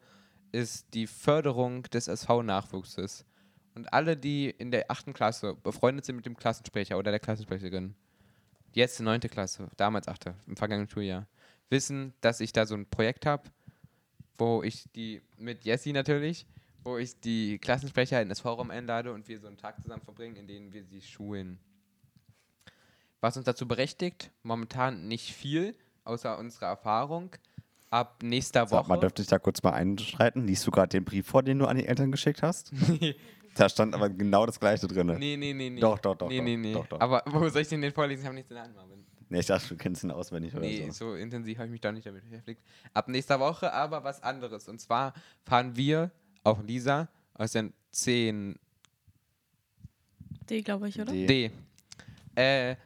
A: ist die Förderung des SV-Nachwuchses. Und alle, die in der achten Klasse befreundet sind mit dem Klassensprecher oder der Klassensprecherin, jetzt neunte Klasse, damals achte, im vergangenen Schuljahr, wissen, dass ich da so ein Projekt habe, wo ich die, mit Jessie natürlich, wo ich die Klassensprecher in das Forum einlade und wir so einen Tag zusammen verbringen, in dem wir sie schulen. Was uns dazu berechtigt, momentan nicht viel, außer unserer Erfahrung. Ab nächster
B: Sag
A: Woche.
B: mal, dürfte ich da kurz mal einschreiten? Liest du gerade den Brief vor, den du an die Eltern geschickt hast? da stand aber genau das Gleiche drin. Nee.
A: Nee, nee, nee, nee.
B: Doch, doch, doch,
A: Nee,
B: doch,
A: nee, nee.
B: doch, doch.
A: Aber wo soll ich den denn vorlesen? Ich habe nichts in der Hand, Marvin.
B: ich dachte, du kennst ihn auswendig oder
A: Nee,
B: so.
A: so intensiv habe ich mich da nicht damit beschäftigt. Ab nächster Woche aber was anderes. Und zwar fahren wir, auch Lisa, aus den 10
E: Die, glaube ich, oder?
B: Die-
A: D. Äh,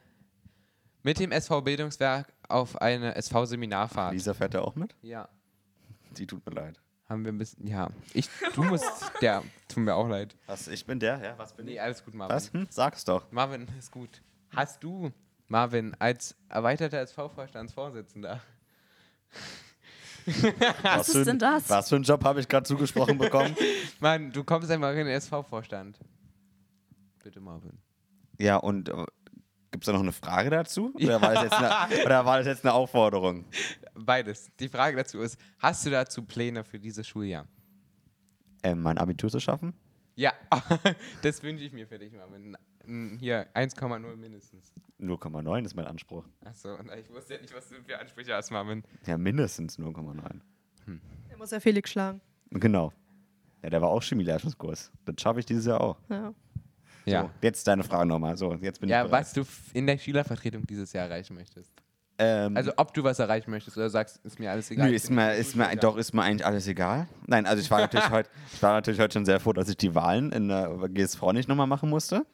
A: mit dem SV-Bildungswerk auf eine SV-Seminarfahrt.
B: Lisa fährt ja auch mit?
A: Ja.
B: Die tut mir leid.
A: Haben wir ein bisschen. Ja. Ich, du musst. Ja, tut mir auch leid.
B: Was, ich bin der? Ja, was bin
A: Nee,
B: ich?
A: alles gut, Marvin.
B: Was? Hm? Sag's doch.
A: Marvin, ist gut. Hast du Marvin, als erweiterter SV-Vorstandsvorsitzender.
B: Was
C: ist
B: für ein-
C: denn das?
B: Was für einen Job habe ich gerade zugesprochen bekommen?
A: Mann, du kommst einfach in den SV-Vorstand. Bitte, Marvin.
B: ja, und äh, gibt es da noch eine Frage dazu? Oder war das jetzt eine, oder war das jetzt eine Aufforderung?
A: Beides. Die Frage dazu ist: Hast du dazu Pläne für dieses Schuljahr?
B: Ähm, mein Abitur zu schaffen?
A: Ja, das wünsche ich mir für dich, Marvin. N- Hier, 1,0 mindestens.
B: 0,9 ist mein Anspruch.
A: Achso, na, ich wusste ja nicht, was du für Ansprüche hast, Marvin.
B: Ja, mindestens 0,9.
D: Er muss ja Felix schlagen.
B: Genau. Ja, der war auch Chemieleistungskurs. Das schaffe ich dieses Jahr auch.
D: Ja.
A: Ja.
B: So, jetzt deine Frage nochmal. So, jetzt bin
A: Ja,
B: ich bereit.
A: was du f- in der Schülervertretung dieses Jahr erreichen möchtest.
B: Ähm,
A: Also, ob du was erreichen möchtest oder sagst, ist mir alles egal.
B: Nö,
A: ich
B: ist
A: bin
B: mir,
A: nicht
B: ist
A: gut
B: mir,
A: gegangen.
B: doch, ist mir eigentlich alles egal. Nein, also ich war natürlich heute, ich war natürlich heute schon sehr froh, dass ich die Wahlen in der GSV nicht nochmal machen musste.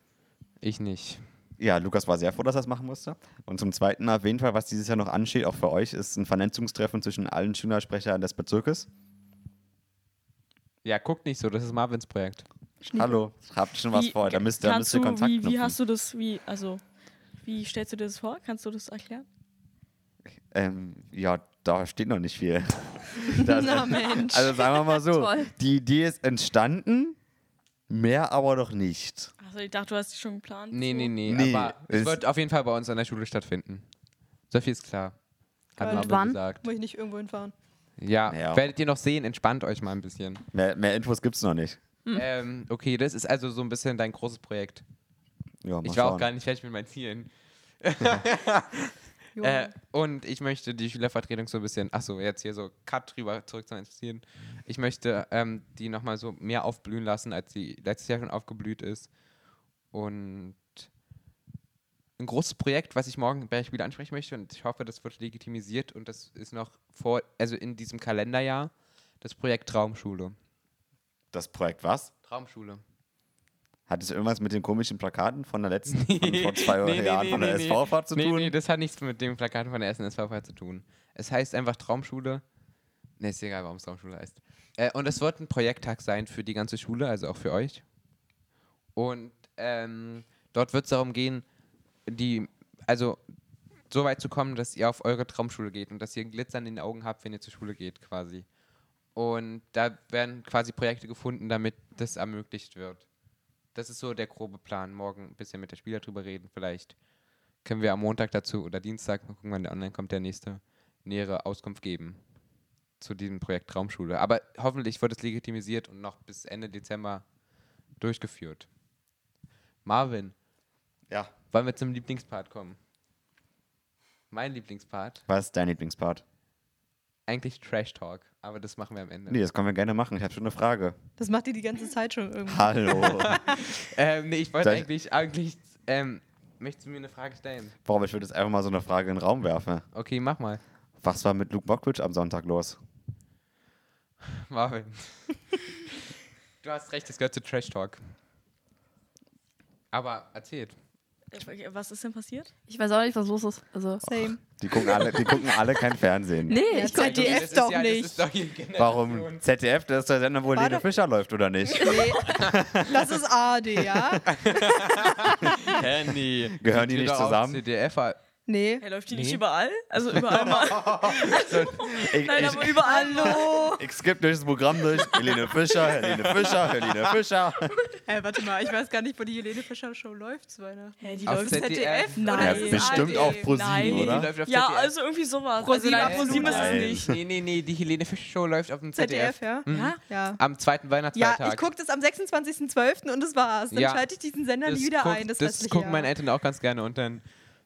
A: Ich nicht.
B: Ja, Lukas war sehr froh, dass er es machen musste. Und zum Zweiten auf jeden Fall, was dieses Jahr noch ansteht, auch für euch, ist ein Vernetzungstreffen zwischen allen Schülersprechern des Bezirkes.
A: Ja, guck nicht so, das ist Marvins Projekt.
B: Hallo, habt schon was
E: Wie-
B: vor, da müsst, da müsst
E: kannst
B: ihr
E: du-
B: Kontakt
E: wie, wie
B: knüpfen.
E: hast du das, wie, also, wie stellst du dir das vor? Kannst du das erklären?
B: Ähm, ja, da steht noch nicht viel.
C: Na Mensch.
B: Also sagen wir mal so,
C: Toll.
B: die Idee ist entstanden, mehr aber doch nicht.
E: Also ich dachte, du hast dich schon geplant.
A: Nee,
E: so.
A: nee, nee,
B: Nee,
A: aber es
B: es-
A: wird auf jeden Fall bei uns an der Schule stattfinden. So viel ist klar. Hat
D: Und
A: Marvin
C: wann?
A: gesagt.
D: Muss ich nicht irgendwo hinfahren.
A: Ja,
B: Ja.
A: werdet ihr noch sehen, entspannt euch mal ein bisschen.
B: Mehr, mehr Infos gibt's noch nicht.
A: Ähm, okay, das ist also so ein bisschen dein großes Projekt.
B: Ja, mal
A: ich war auch
B: schauen.
A: gar nicht fertig mit meinen Zielen.
D: Jo.
A: Äh, und ich möchte die Schülervertretung so ein bisschen, achso, jetzt hier so Cut drüber zurück zu meinen Zielen. Ich möchte ähm, die nochmal so mehr aufblühen lassen, als die letztes Jahr schon aufgeblüht ist. Und ein großes Projekt, was ich morgen bei der Spiele ansprechen möchte und ich hoffe, das wird legitimisiert und das ist noch vor, also in diesem Kalenderjahr, das Projekt Traumschule.
B: Das Projekt was?
A: Traumschule.
B: Hat es irgendwas mit den komischen Plakaten von der letzten, von vor zwei Jahren von der SV-Fahrt zu
A: nee,
B: tun?
A: Nee, das hat nichts mit dem Plakat von der ersten SV-Fahrt zu tun. Es heißt einfach Traumschule. Ne, ist egal, warum es Traumschule heißt. Äh, und es wird ein Projekttag sein für die ganze Schule, also auch für euch. Und ähm, dort wird es darum gehen, die, also so weit zu kommen, dass ihr auf eure Traumschule geht und dass ihr ein Glitzern in den Augen habt, wenn ihr zur Schule geht, quasi. Und da werden quasi Projekte gefunden, damit das ermöglicht wird. Das ist so der grobe Plan. Morgen ein bisschen mit der Spieler drüber reden. Vielleicht können wir am Montag dazu oder Dienstag, mal gucken, wann der online kommt, der nächste, nähere Auskunft geben zu diesem Projekt Traumschule. Aber hoffentlich wird es legitimisiert und noch bis Ende Dezember durchgeführt. Marvin,
B: Ja.
A: wollen wir zum Lieblingspart kommen? Mein Lieblingspart?
B: Was ist dein Lieblingspart?
A: Eigentlich Trash Talk, aber das machen wir am Ende.
B: Nee, das können wir gerne machen. Ich habe schon eine Frage.
D: Das macht ihr die ganze Zeit schon irgendwie.
B: Hallo.
A: Ähm, nee, ich wollte
B: Soll ich-
A: eigentlich, eigentlich, ähm, möchtest du mir eine Frage stellen?
B: Warum ich würde jetzt einfach mal so eine Frage in den Raum werfen.
A: Okay, mach mal.
B: Was war mit Luke Mockridge am Sonntag los?
A: Marvin. du hast recht, es gehört zu Trash Talk. Aber erzählt.
E: Äh, Was ist denn passiert?
C: Ich weiß auch nicht, was los ist. Also,
D: Same.
B: Die gucken alle, die gucken alle kein Fernsehen.
C: nee,
D: Ja,
C: ich konnte
D: ZDF.
C: die.
A: Also, Das ist
D: doch
A: ja,
D: nicht.
A: Das ist doch hier Generation.
B: Warum? ZDF, das ist der Sender, wo
D: War
B: Lene
D: doch-
B: Fischer läuft, oder nicht?
D: Nee. Das ist AD, ja?
A: Hä, nee.
B: Gehören die
A: Sind
B: nicht
A: doch auch
B: zusammen?
A: CDF,
D: Nee.
E: Hey, läuft die
A: Nee.
E: nicht überall? Also überall mal.
B: Ich,
E: Nein,
B: ich,
E: aber überall. Hallo.
B: ich skippe durch das Programm durch. Helene Fischer, Helene Fischer, Helene Fischer.
D: Hey, warte mal, ich weiß gar nicht, wo die Helene Fischer Show läuft zu Weihnachten.
E: Hey, die
A: Auf
E: läuft
A: ZDF?
E: ZDF?
D: Ja,
E: Nein.
B: bestimmt
E: ARD.
B: auf ProSieben,
E: Nein.
A: Die
B: oder?
A: läuft auf
E: Ja,
A: ZDF.
E: also irgendwie sowas.
D: ProSieben,
E: also, nein, ProSieben ist
B: Nein.
E: es nicht.
A: Nee, nee, nee, die Helene Fischer Show läuft auf dem ZDF.
D: ZDF, ja?
A: Mhm.
E: Ja?
D: Ja.
A: Am zweiten
D: Ja,
A: Weihnachtsfeiertag.
D: ich gucke das am 26.12. und das war's. Dann
A: Ja.
D: schalte ich diesen Sender nie wieder
A: guckt-
D: ein. Das,
A: das
D: restliche
A: gucken
D: Jahr.
A: meine Eltern auch ganz gerne und dann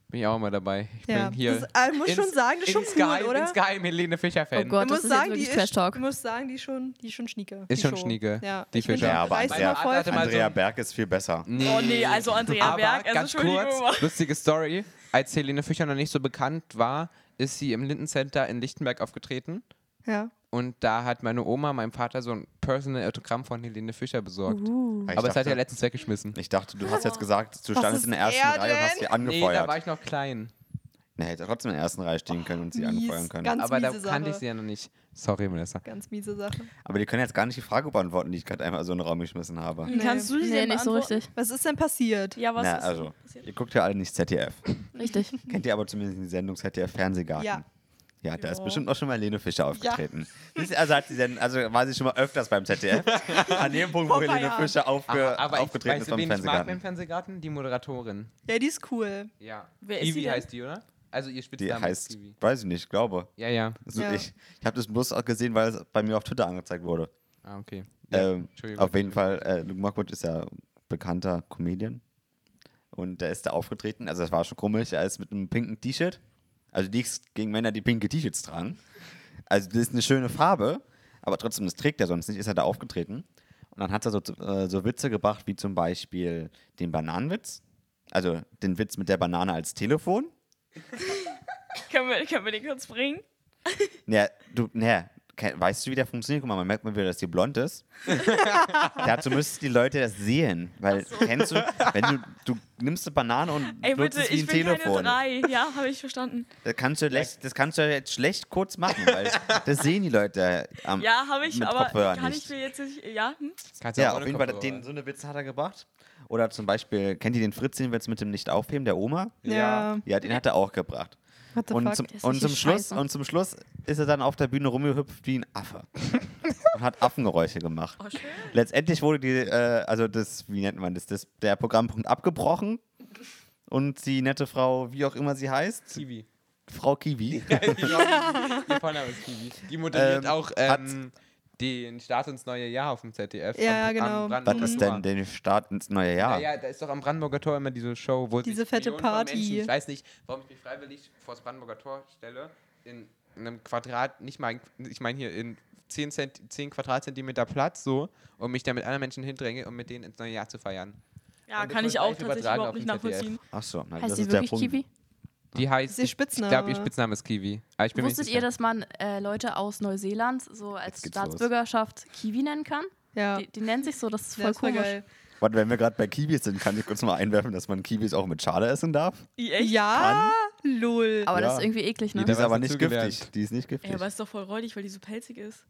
A: bin ich auch immer dabei. Ich
D: Ja.
A: bin hier.
D: Das, äh, muss
A: ins-
D: schon sagen, das ist schon
A: insgeheim-
D: cool, oder?
A: Insgeheim Helene Fischer-Fan.
C: Oh Gott. das
D: Ich muss
C: ist jetzt
D: sagen, die
C: wirklich
D: ist,
C: Trash Talk.
D: ich muss sagen, die ist schon, die ist schon schnieke.
A: Ist
D: die
A: schon
D: Show.
A: schnieke,
D: Ja,
A: die
D: ich bin
A: Fischer.
D: schon
B: Ja, aber
D: 30
B: Andrea-
D: Mal voll.
A: Hatte mal so
B: Andrea
A: ein-
B: Berg ist viel besser.
A: Nee.
E: Oh nee, also Andrea
A: Aber
E: Berg, also
A: ganz
E: Entschuldigung.
A: kurz, lustige Story. Als Helene Fischer noch nicht so bekannt war, ist sie im Lindencenter in Lichtenberg aufgetreten.
D: Ja.
A: Und da hat meine Oma meinem Vater so ein Personal Autogramm von Helene Fischer besorgt.
E: Uh.
B: Ich
A: Aber es hat
B: dachte-
A: er letztens weggeschmissen.
B: Ich dachte, du hast jetzt gesagt, du
D: Was
B: standest
D: ist
B: in der ersten
D: er
B: Reihe und hast sie
D: denn?
A: Nee, da war
B: angefeuert.
A: ich noch klein.
B: Na, hätte trotzdem in der ersten Reihe stehen können und sie
D: mies,
B: anfeuern können.
D: ganz-
A: Aber da
D: miese
A: kannte
D: Sache.
A: ich sie ja noch nicht. Sorry, Melissa.
D: Ganz miese Sache.
B: Aber die können jetzt gar nicht die Frage beantworten, die ich gerade einfach so in den Raum geschmissen habe.
D: Nee.
E: Kannst du die
C: Nee,
E: denn
C: nicht so
E: beantworten?
C: richtig.
D: Was ist denn passiert?
E: Ja, Hm, was
B: Na,
E: ist
B: also,
E: passiert?
B: ihr guckt ja alle nicht ZDF.
C: Richtig.
B: Kennt ihr aber zumindest die Sendung ZDF Fernsehgarten?
D: Ja.
B: Ja, da ist
E: Ja.
B: bestimmt auch schon mal Lene Fischer aufgetreten. Sie ist- Also, hat sie denn, also war sie schon mal öfters beim ZDF. An dem Punkt, wo Lene
D: Feierabend.
B: Fischer aufge,
A: Ah, aber ich
B: aufgetreten
A: weiß,
B: ist beim
A: wen ich mag im
B: Fernsehgarten.
A: Fernsehgarten? Die Moderatorin.
D: Ja, die ist cool.
A: Ja.
E: Wer ist
A: Kiwi
E: sie denn?
A: heißt die, oder? Also ihr
B: Die
A: Spitzname ist
B: heißt,
A: Kiwi.
B: weiß ich nicht, glaube.
A: Ja, ja.
B: Also
D: Ja.
B: Ich, ich habe das bloß auch gesehen, weil es bei mir auf Twitter angezeigt wurde.
A: Ah, okay.
B: ähm,
A: Entschuldigung.
B: auf jeden Fall, äh, Luke Mockwood ist ja bekannter Comedian. Und der ist da aufgetreten. Also, das war schon komisch. Er ist mit einem pinken T-Shirt. Also, nichts gegen Männer, die pinke T-Shirts tragen. Also, das ist eine schöne Farbe, aber trotzdem, das trägt er sonst nicht. Ist er da aufgetreten. Und dann hat er so, äh, so Witze gebracht, wie zum Beispiel den Bananenwitz. Also, den Witz mit der Banane als Telefon.
E: Können wir, können wir den kurz bringen?
B: Naja, du, naja, ke- weißt du, wie der funktioniert? Guck mal, man merkt mal wieder, dass die blond ist. Dazu müssten die Leute das sehen. Weil, kennst du, wenn du, du nimmst eine Banane und
E: Ey,
B: nutzt
E: bitte,
B: es wie
E: ich
B: ein
E: bin
B: Telefon.
E: keine drei. Ja, habe ich verstanden.
B: Das kannst, du schlecht, das kannst du jetzt schlecht kurz machen, weil das sehen die Leute am
E: Ja, habe ich,
B: mit
E: aber
B: Kopfhörer
E: kann
B: nicht.
E: ich mir jetzt nicht. Ja, hm?
A: Kannst du
B: Ja,
A: auch
B: auf
A: ohne
B: jeden Fall,
A: Kopfhörer.
B: den, so eine Witze hat er gebracht. Oder zum Beispiel, kennt ihr den Fritzchen-Witz mit dem Nicht-Aufheben der Oma?
A: Ja.
D: Ja.
B: Ja, den hat er auch gebracht.
D: What the
B: Und
D: fuck?
B: zum,
C: Das ist
B: und,
C: richtig
B: zum Schluss,
C: scheiße.
B: und zum Schluss ist er dann auf der Bühne rumgehüpft wie ein Affe. und hat Affengeräusche gemacht.
E: oh, schön.
B: Letztendlich wurde die, äh, also das, wie nennt man das, das, der Programmpunkt abgebrochen. Und die nette Frau, wie auch immer sie heißt,
A: Kiwi.
B: Frau Kiwi,
A: Ihr Vorname ist Kiwi. Die moderiert
B: Ähm,
A: auch ähm, den Start ins neue Jahr auf dem ZDF.
D: Ja,
A: am,
D: genau.
A: Am
B: was
A: Brandenburger
B: ist
A: Tor.
B: denn der Start ins neue Jahr?
A: Ja, ja, da ist doch am Brandenburger Tor immer diese Show, wo
D: Diese
A: sich
D: fette
A: Millionen von
D: Party.
A: Menschen, ich weiß nicht, warum ich mich freiwillig vor das Brandenburger Tor stelle, in einem Quadrat, nicht mal, ich meine hier in 10, Zent, 10 Quadratzentimeter Platz so und mich da mit anderen Menschen hindränge, um mit denen ins neue Jahr zu feiern.
E: Ja,
A: Und
E: kann
A: das
E: ich
A: wird
E: auch
A: live
E: tatsächlich
A: übertragen
E: überhaupt nicht
A: auf dem ZDF.
E: nachvollziehen.
B: Achso, na,
C: Heißt
B: das
C: die
B: ist der
C: wirklich
B: Punkt.
C: Kiwi?
A: Die heißt,
D: ist ihr
A: ich
D: Spitzname.
A: glaube, ihr Spitzname ist Kiwi. Aber ich bin mir nicht
C: Wusstet
A: sicher.
C: ihr, dass man äh, Leute aus Neuseeland so als
B: Jetzt geht's los.
C: Staatsbürgerschaft Kiwi nennen kann?
D: Ja.
C: Die, die nennen sich so, das ist voll
D: Ja, ist voll
C: komisch.
D: geil.
B: Warte, wenn wir gerade bei Kiwis sind, kann ich kurz mal einwerfen, dass man Kiwis auch mit Schale essen darf.
E: I, echt?
C: Ah.
D: Ja, lol.
C: Aber
B: Ja.
C: das ist irgendwie eklig, ne?
B: Die ist
A: was
B: aber nicht
A: dazu gelernt.
B: giftig. Die ist nicht giftig.
E: Ey, aber ist doch voll räudig, weil die so pelzig ist.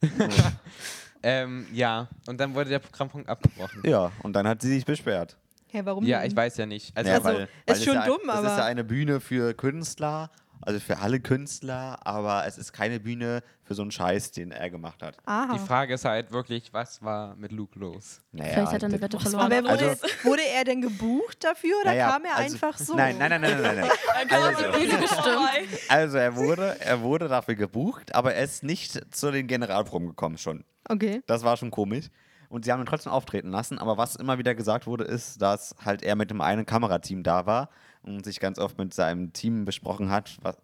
A: Ähm, ja, und dann wurde der Programmpunkt abgebrochen.
B: ja, und dann hat sie sich beschwert.
D: Hä, warum?
A: Ja,
D: denn?
A: ich weiß ja nicht. Also,
B: Ja,
D: Also,
B: weil,
D: ist
B: weil es
D: schon
B: ja, ein-
D: dumm,
B: Es ist
D: aber-
B: ja eine Bühne für Künstler, also für alle Künstler, aber es ist keine Bühne für so einen Scheiß, den er gemacht hat.
D: Aha.
A: die Frage ist halt wirklich, was war mit Luke los?
B: Naja,
C: Vielleicht hat er eine
B: das-
C: Wette
E: Was
C: verloren.
D: Aber
E: war
D: er
E: da
D: wurde,
B: Also-
D: wurde er denn gebucht dafür oder
B: naja,
D: kam er
B: also-
D: einfach so?
B: Nein, nein, nein, nein, nein, nein. nein. also,
E: Bestimmt.
B: also er wurde, er wurde dafür gebucht, aber er ist nicht zu den Generalproben gekommen schon.
D: Okay.
B: Das war schon komisch. Und sie haben ihn trotzdem auftreten lassen, aber was immer wieder gesagt wurde, ist, dass halt er mit dem einen Kamerateam da war und sich ganz oft mit seinem Team besprochen hat, was,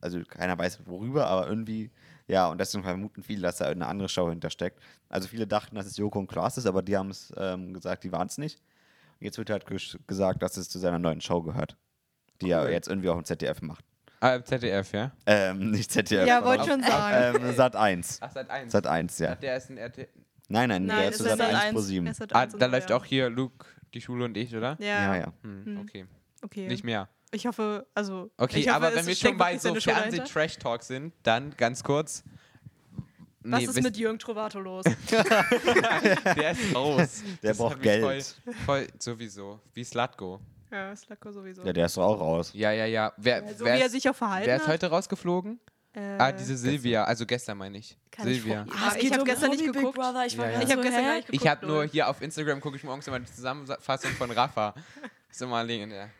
B: also keiner weiß worüber, aber irgendwie, ja, und deswegen vermuten viele, dass da eine andere Show hintersteckt. Also viele dachten, dass es Joko und Klaas ist, aber die haben es ähm, gesagt, die waren es nicht. Und jetzt wird halt gesch- gesagt, dass es zu seiner neuen Show gehört, die er jetzt irgendwie auch im ZDF macht.
A: Ah, ZDF, ja?
B: Ähm, nicht ZDF.
D: Ja,
B: aber-
D: wollte schon sagen.
B: ähm, Sat 1.
A: Ach, seit 1.
B: Sat 1, ja.
A: Der ist ein RT
B: Nein, nein,
D: Nein,
B: der
D: es
B: ist zu
D: ist
B: Sat
D: Sat
B: 1 pro
D: eins.
B: 7.
D: Es hat
A: Ah,
D: eins und
A: da
D: so,
A: läuft
D: ja.
A: auch hier Luke, die Schule und ich, oder?
D: Ja,
B: ja.
A: Hm, Okay.
D: okay.
A: Nicht mehr.
D: Ich hoffe, also.
A: Okay,
D: ich hoffe,
A: aber
D: es
A: wenn wir
D: steckt
A: schon bei
D: wirklich
A: so
D: seine Schule dahinter.
A: Fernseh-Trash-Talk sind, dann ganz kurz.
D: Was
A: Nee,
D: ist
A: wisst-
D: mit Jürgen Trovato los?
A: Der ist raus. Das
B: Der
A: hat
B: braucht
A: mich
B: Geld.
A: Voll, voll sowieso. Wie Slatko.
D: ja, Slacko sowieso.
B: Ja, der ist doch auch raus.
A: Ja, ja, ja. Wer,
D: so wie
A: wer,
D: er
A: ist,
D: sich auch verhalten
A: wer ist
D: hat.
A: heute rausgeflogen?
D: Äh,
A: ah, diese Silvia. Also gestern meine ich.
C: Kann ich
A: Silvia.
C: vor-
D: Ah, ich habe gestern nicht
E: Big
D: geguckt.
E: Brother. Ich, war
A: Ja, ja.
E: ja, ja.
D: Ich hab gestern gar nicht
A: Ich
D: geguckt,
A: habe nur
D: lol.
A: hier auf Instagram, gucke ich morgens immer die Zusammenfassung von Rafa. Ist immer legendär.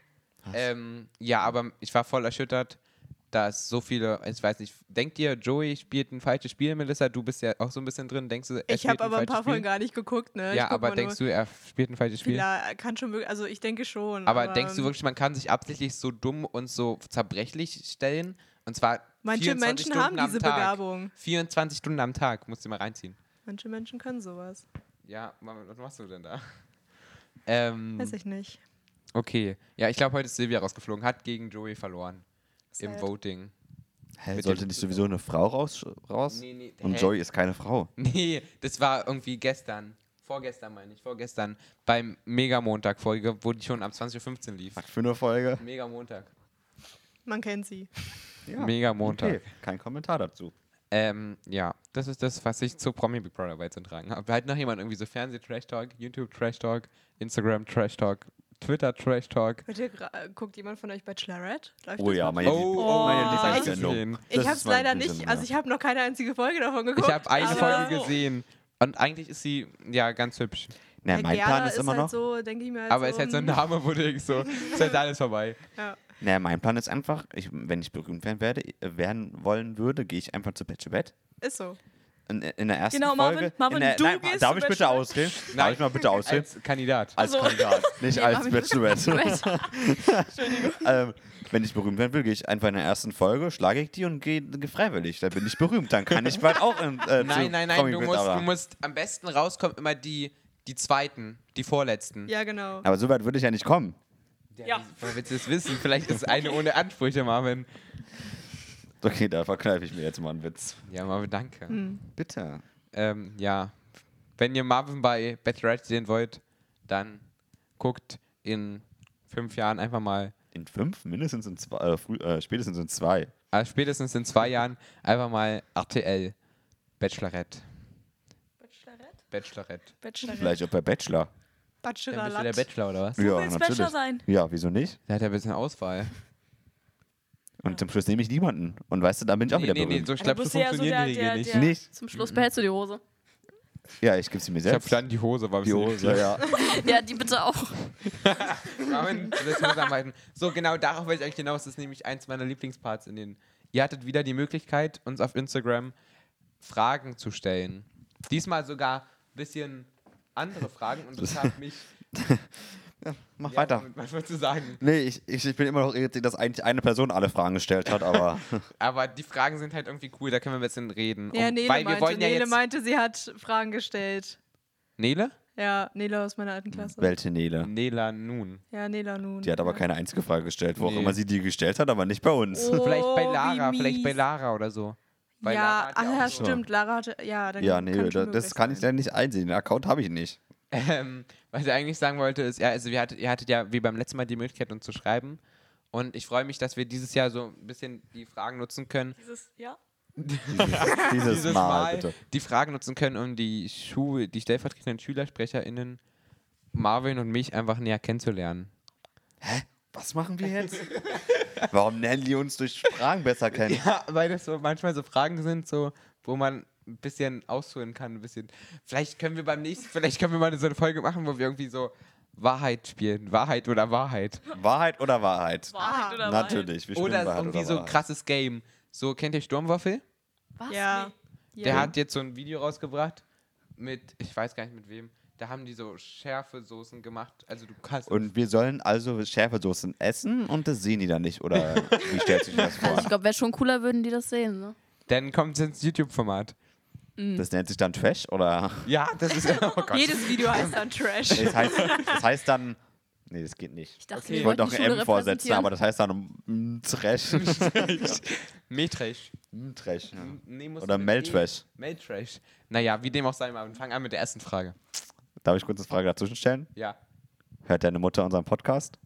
A: Ähm, ja, aber ich war voll erschüttert, dass so viele, ich weiß nicht, denkt ihr, Joey spielt ein falsches Spiel, Melissa? Du bist ja auch so ein bisschen drin. Denkst du, er
D: Ich
A: spielt
D: habe aber ein paar
A: falsches
D: Folgen
A: Spiel?
D: gar nicht geguckt, ne?
A: Ja, aber denkst du, er spielt ein falsches Spiel?
D: Ja, kann schon möglich. Also, ich denke schon.
A: Aber denkst du wirklich, man kann sich absichtlich so dumm und so zerbrechlich stellen? Und zwar
D: Manche
A: 24
D: Menschen
A: Stunden
D: haben
A: am
D: diese
A: Tag.
D: Begabung.
A: 24 Stunden am Tag, musst du mal reinziehen.
D: Manche Menschen können sowas.
A: Ja, Mama, was machst du denn da? Ähm,
D: Weiß ich nicht.
A: Okay. Ja, ich glaube, heute ist Silvia rausgeflogen, hat gegen Joey verloren. Im
D: Sad.
A: Voting.
B: Hä,
A: Mit
B: sollte
A: dem-
B: nicht sowieso eine Frau raus? raus?
A: Nee, nee,
B: Und
A: hä?
B: Joey ist keine Frau.
A: Nee, das war irgendwie gestern. Vorgestern meine ich, vorgestern. Beim Megamontag-Folge, wo die schon ab 20.15 Uhr lief.
B: Für eine Folge.
A: Megamontag.
D: Man kennt sie.
B: Ja.
A: Mega Montag.
B: Okay, kein Kommentar dazu.
A: Ähm, ja, das ist das, was ich zu Promi Big Brother beizutragen habe. Halt noch jemand irgendwie so Fernseh-Trash-Talk, YouTube-Trash-Talk, Instagram-Trash-Talk, Twitter-Trash-Talk.
D: Hört ihr gra- äh, guckt jemand von euch bei Bachelorette? Läuft
B: Oh
D: das
B: ja,
D: noch?
B: meine,
D: Oh,
B: meine
D: ich-
B: Lieblingssendung.
D: Ich
B: Das
D: habe
B: ist
D: es
B: meine
D: leider nicht.
B: Lieblingssendung,
D: Also
B: ja.
D: ich habe noch keine einzige Folge davon geguckt.
A: Ich habe eine
D: aber-
A: Folge gesehen. Und eigentlich ist sie, ja, ganz hübsch.
B: Na,
D: Herr
B: mein
D: Gerda
B: Plan ist immer
D: halt
B: noch.
D: So, denke ich mir. Halt
A: Aber
D: so,
A: ist halt so ein
D: hm,
A: Name, wo du denkst, so, ist halt alles vorbei.
B: Na, mein Plan ist einfach, ich, wenn ich berühmt werden werde, äh, werden wollen würde, gehe ich einfach zu Bachelorette.
D: Ist so.
B: In, in der ersten
E: Genau, Marvin-
B: Folge.
E: Marvin,
B: in der,
E: du
B: nein,
E: gehst
B: darf
E: zu
B: ich bitte
E: Bachelorette?
B: ausreden? Darf
A: Nein.
B: ich mal bitte ausreden?
A: Als Kandidat.
B: Als
E: Also-
B: Kandidat, nicht
C: Nee,
B: als
C: Marvin.
B: Bachelorette.
E: Entschuldigung.
B: ähm, wenn ich berühmt werden will, gehe ich einfach in der ersten Folge, schlage ich die und gehe gehe freiwillig. Dann bin ich berühmt. Dann kann ich bald auch in, äh, zu
A: Nein, nein, nein,
B: Promi
A: du
B: Big
A: musst,
B: Brother.
A: du musst am besten rauskommen immer die, die Zweiten, die Vorletzten.
D: Ja, genau.
B: Aber so weit würde ich ja nicht kommen.
E: Ja.
A: Woher willst du das wissen? Vielleicht ist eine ohne Ansprüche, Marvin.
B: Okay, da verkneife ich mir jetzt mal einen Witz.
A: Ja, Marvin, danke.
B: Bitte.
A: Ähm, ja, wenn ihr Marvin bei Bachelorette sehen wollt, dann guckt in fünf Jahren einfach mal,
B: In fünf, mindestens in zwei, äh, früh, äh, spätestens in zwei.
A: äh, spätestens in zwei Jahren, einfach mal RTL Bachelorette.
E: Bachelorette?
A: Bachelorette.
E: Bachelorette.
B: Vielleicht auch bei Bachelor.
A: Dann bist du der
D: Bachelorette.
A: Bachelor, oder was?
B: ja,
E: willst Bachelor sein.
B: Ja, wieso nicht?
A: Der hat ja ein bisschen Auswahl.
B: Und zum Schluss nehme ich niemanden. Und weißt du, dann bin ich auch wieder berühmt.
A: so,
D: Also
A: ich
E: Du
A: glaube, so
E: bist ja so
A: funktionieren
E: der-
A: die Regeln
E: der-
A: nicht.
E: der-
B: Nicht?
C: Zum Schluss behältst du die Hose.
B: Ja, ich gebe sie mir
A: Ich habe
B: selbst.
A: verstanden, die Hose war ein
B: die
A: bisschen
B: Hose, ja.
C: Ja, die bitte auch.
A: Rahmen des Zusammenarbeiten. So, genau darauf will ich eigentlich hinaus. Das ist nämlich eins meiner Lieblingsparts in den. Ihr hattet wieder die Möglichkeit, uns auf Instagram Fragen zu stellen. Diesmal sogar ein bisschen andere Fragen und das hat mich
B: Mach
A: ja,
B: weiter.
A: mit manchmal zu sagen.
B: Nee, ich, ich, ich bin immer noch irritiert, dass eigentlich eine Person alle Fragen gestellt hat, aber
A: Aber die Fragen sind halt irgendwie cool, da können wir ein bisschen reden.
D: Ja,
A: Und-
D: Nele,
A: weil wir
D: meinte,
A: wollen ja
D: Nele
A: jetzt.
D: meinte, sie hat Fragen gestellt.
A: Nele?
D: Ja, Nele aus meiner alten Klasse.
B: welche Nele?
A: Nela nun.
D: Ja, Nela nun.
B: Die Hm, hat aber
D: ja.
B: keine einzige Frage gestellt, wo
A: Nee.
B: auch immer sie die gestellt hat, aber nicht bei uns.
D: Oh,
A: Vielleicht bei
D: wie
A: Lara, vielleicht bei
D: mies.
A: Lara oder so. Weil
D: Ja,
A: Lara hat
D: ah,
A: ja
D: ja
A: auch so-
D: stimmt. Lara hatte. Ja, dann
B: Ja, ne.
D: kann
B: nee,
D: schon
B: da,
D: möglich
B: das kann ich
D: sein.
B: dann nicht einsehen. Den Account habe ich nicht.
A: Ähm, was ich eigentlich sagen wollte, ist, ja, also wir hattet, ihr hattet ja wie beim letzten Mal die Möglichkeit, uns zu schreiben. Und ich freue mich, dass wir dieses Jahr so ein bisschen die Fragen nutzen können.
E: Dieses, ja.
B: Dieses, Mal, bitte.
A: die Fragen nutzen können, um die Schuhe, die stellvertretenden SchülersprecherInnen, Marvin und mich einfach näher kennenzulernen.
B: Was machen wir jetzt? Warum nennen die uns durch Fragen besser kennen?
A: Ja, weil das so manchmal so Fragen sind, so, wo man ein bisschen ausholen kann, ein bisschen. Vielleicht können wir beim nächsten, vielleicht können wir mal so eine Folge machen, wo wir irgendwie so Wahrheit spielen. Wahrheit oder Wahrheit.
B: Wahrheit oder Wahrheit?
D: Ah,
C: Ah,
E: Wahrheit oder
B: Natürlich. Wir spielen
A: Oder
B: Wahrheit
A: irgendwie
B: oder
A: so ein
B: Wahrheit.
A: krasses Game. So, kennt ihr Sturmwaffel?
E: Was?
D: Ja.
E: Nee.
A: Der
D: Ja.
A: hat jetzt so ein Video rausgebracht mit, ich weiß gar nicht mit wem, da haben die so schärfe Soßen gemacht. Also du kannst.
B: Und wir sollen also Schärfesoßen essen und das sehen die dann nicht. Oder wie stellt sich das
C: Also
B: vor?
C: ich glaube, wäre schon cooler, würden die das sehen. Ne?
A: dann kommt es ins YouTube-Format.
D: Ähm.
B: Das nennt sich dann Trash oder?
A: Ja, das ist. Oh Gott.
D: Jedes Video heißt dann Trash.
B: Das heißt, das heißt dann. Nee, das geht nicht.
C: Ich dachte,
A: Okay.
C: wir
B: Ich wollte auch
C: wollten die Schule
B: M vorsetzen,
C: repräsentieren.
B: aber das heißt dann mm, Trash.
A: Metrash.
B: Mm, Trash. ja.
A: Nee, muss
B: Oder
A: mit
B: Meltrash.
A: E. Meltrash. Naja, wie dem auch sei, Marvin. Fang an mit der ersten Frage.
B: Darf ich kurz eine Frage dazwischen stellen?
A: Ja.
B: Hört deine Mutter unseren Podcast?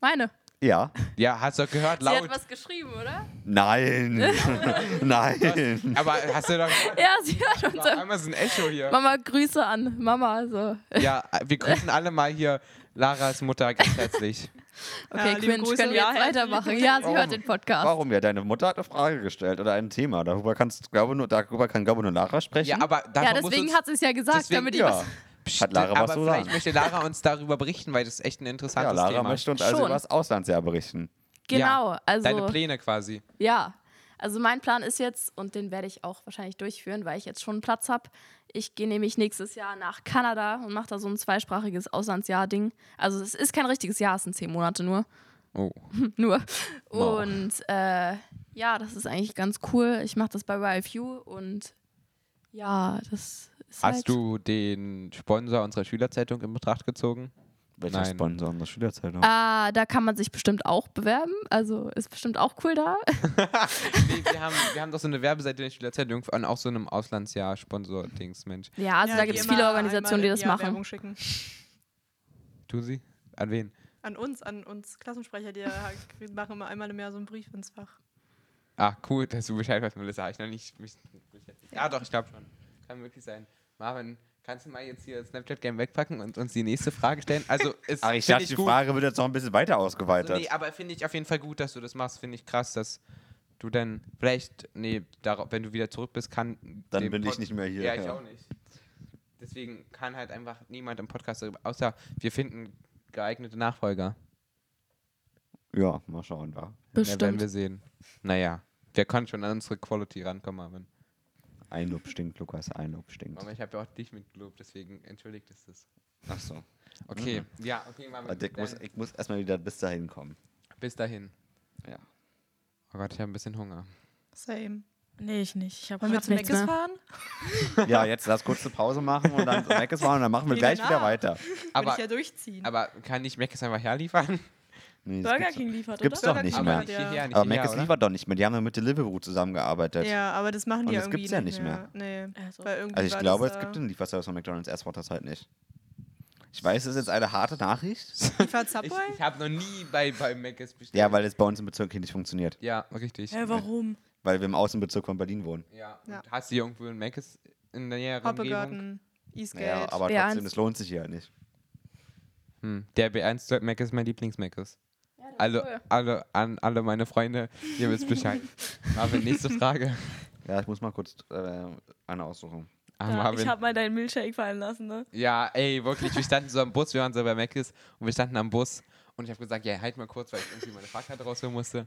C: Meine.
B: Ja.
A: Ja, hast du gehört,
C: Sie
A: laut.
C: hat was geschrieben, oder?
B: Nein. Nein.
A: Aber hast du doch. gehört?
C: Ja, sie hat
A: War
C: unser.
A: Einmal so ein Echo hier.
C: Mama, Grüße an Mama. So.
A: Ja, wir grüßen alle mal hier Laras Mutter ganz herzlich.
C: Okay,
D: liebe
C: Quinch,
D: Grüße.
C: können wir
D: Ja,
C: jetzt
D: herzlich
C: weitermachen? Ja, sie
B: Warum?
C: hört den Podcast.
B: Warum ja? Deine Mutter hat eine Frage gestellt oder ein Thema. Darüber, kannst, glaube, nur, darüber kann, glaube ich, nur Lara sprechen.
A: Ja, aber davon
C: Ja,
A: muss
C: deswegen
A: uns-
C: hat sie es ja gesagt,
A: deswegen-
C: damit ich
B: ja.
C: was.
A: Psst,
B: Hat Lara was
A: aber
B: zu
A: vielleicht
B: sagen?
A: möchte Lara uns darüber berichten, weil das ist echt ein
B: ja,
A: interessantes
B: Lara
A: Thema.
B: möchte uns also
C: Schon.
B: über das Auslandsjahr berichten.
C: Genau,
A: Ja,
C: also.
A: Deine Pläne quasi.
C: Ja, also mein Plan ist jetzt, und den werde ich auch wahrscheinlich durchführen, weil ich jetzt schon einen Platz habe. Ich gehe nämlich nächstes Jahr nach Kanada und mache da so ein zweisprachiges Auslandsjahr-Ding. Also es ist kein richtiges Jahr, es sind zehn Monate nur.
A: Oh.
C: nur.
B: Wow.
C: Und äh, ja, das ist eigentlich ganz cool. Ich mache das bei YFU und ja, das
A: Hast
C: ist halt
A: du den Sponsor unserer Schülerzeitung in Betracht gezogen?
B: Welcher
A: Nein.
B: Sponsor unserer Schülerzeitung?
C: Ah, da kann man sich bestimmt auch bewerben. Also ist bestimmt auch cool da.
A: Nee, wir haben, wir haben doch so eine Werbeseite der Schülerzeitung an auch so einem Auslandsjahr-Sponsor-Dings, Mensch.
C: Ja, also
D: Ja,
C: da
D: die
C: gibt es
D: immer
C: viele Organisationen,
D: einmal
C: die
D: im
C: das
D: Jahr
C: machen.
D: Werbung schicken.
A: Tu sie? An wen?
D: An uns, an uns Klassensprecher, die wir machen immer einmal im Jahr so einen Brief ins Fach.
A: Ah, cool, dass du Bescheid weißt, Melissa. Hab Ich noch nicht. Mich, beschäftigt. ja, doch, ich glaube schon. Kann möglich sein. Marvin, kannst du mal jetzt hier Snapchat-Game wegpacken und uns die nächste Frage stellen? Also, ist,
B: Aber ich
A: find
B: dachte, die
A: gut.
B: Frage wird jetzt noch ein bisschen weiter
A: Also,
B: ausgeweitet.
A: nee, aber finde ich auf jeden Fall gut, dass du das machst. Finde ich krass, dass du dann vielleicht, nee, darauf, wenn du wieder zurück bist, kann.
B: Dann
A: dem
B: bin ich
A: Pod-
B: nicht mehr hier,
A: Ja, ich
B: ja.
A: auch nicht. Deswegen kann halt einfach niemand im Podcast darüber, außer wir finden geeignete Nachfolger.
B: ja, mal schauen da.
A: Ja, werden
C: Bestimmt.
A: wir sehen. Naja, wer kann schon an unsere Quality rankommen, Marvin?
B: Ein Lob stinkt, Lukas, ein Lob stinkt.
A: Mama, ich habe ja auch dich mitgelobt, deswegen entschuldigt es das.
B: Achso.
A: Okay, ja, okay, Marvin.
B: Ich Mhm. Ah, muss,
A: dann
B: ich muss erstmal wieder bis dahin kommen.
A: bis dahin.
B: Ja.
A: Oh Gott, ich habe ein bisschen Hunger.
D: Same.
E: Nee, ich nicht. Ich habe
D: Wollen wir
C: Max
D: zu Meckes
C: mehr.
D: fahren?
B: ja, jetzt lass kurz eine Pause machen und dann weg ist fahren und dann machen wir
D: Wieder
B: gleich wieder
D: nach.
B: weiter.
D: Würde
A: Aber,
D: ich ja durchziehen.
A: aber kann nicht Mac es einfach herliefern?
B: Nee, das
E: Burger
B: gibt's-
E: King liefert,
B: gibt's
E: oder?
B: doch nicht
A: aber
B: mehr.
A: nicht halt hierher, nicht
B: Aber Mac
A: hierher,
B: ist
A: oder?
B: liefert doch nicht mehr. Die haben ja mit Deliveroo zusammengearbeitet.
D: ja, aber das machen
B: Und
D: die ja
B: das
D: irgendwie
B: gibt's ja nicht mehr.
D: mehr. Nee.
E: Also,
D: Weil irgendwie
B: Also ich
D: war
B: glaube,
D: das,
B: es
D: äh,
B: gibt den Lieferservice von McDonalds, erst war das halt nicht. Ich weiß, es ist jetzt eine harte Nachricht.
D: Liefert
A: Ich,
D: Subway?
A: ich habe noch nie bei, bei Mac es bestellt.
B: Ja, weil es bei uns im Bezirk hier nicht funktioniert.
A: Ja, richtig.
E: Hä, warum?
B: Weil wir im Außenbezirk von Berlin wohnen.
A: Ja.
D: Ja.
A: Und hast du hier irgendwo ein Mac es in der näheren Umgebung?
D: Hoppegarten, Eastgate.
B: Naja, aber
C: Wer
B: trotzdem,
C: eins-
B: es lohnt sich hier halt nicht.
A: Hm. Der B1 Mac ist mein Lieblings-Mac ist. Alle, alle, an alle meine Freunde, ihr wisst Bescheid. Marvin, nächste Frage.
B: Ja, ich muss mal kurz äh, eine aussuchen.
A: Ah,
E: Ja, ich
A: Marvin.
E: habe mal deinen Milkshake fallen lassen, ne?
A: Ja, ey, wirklich. Wir standen so am Bus, wir waren so bei Mc's und wir standen am Bus und ich habe gesagt, ja, halt mal kurz, weil ich irgendwie meine Fahrkarte rausholen musste.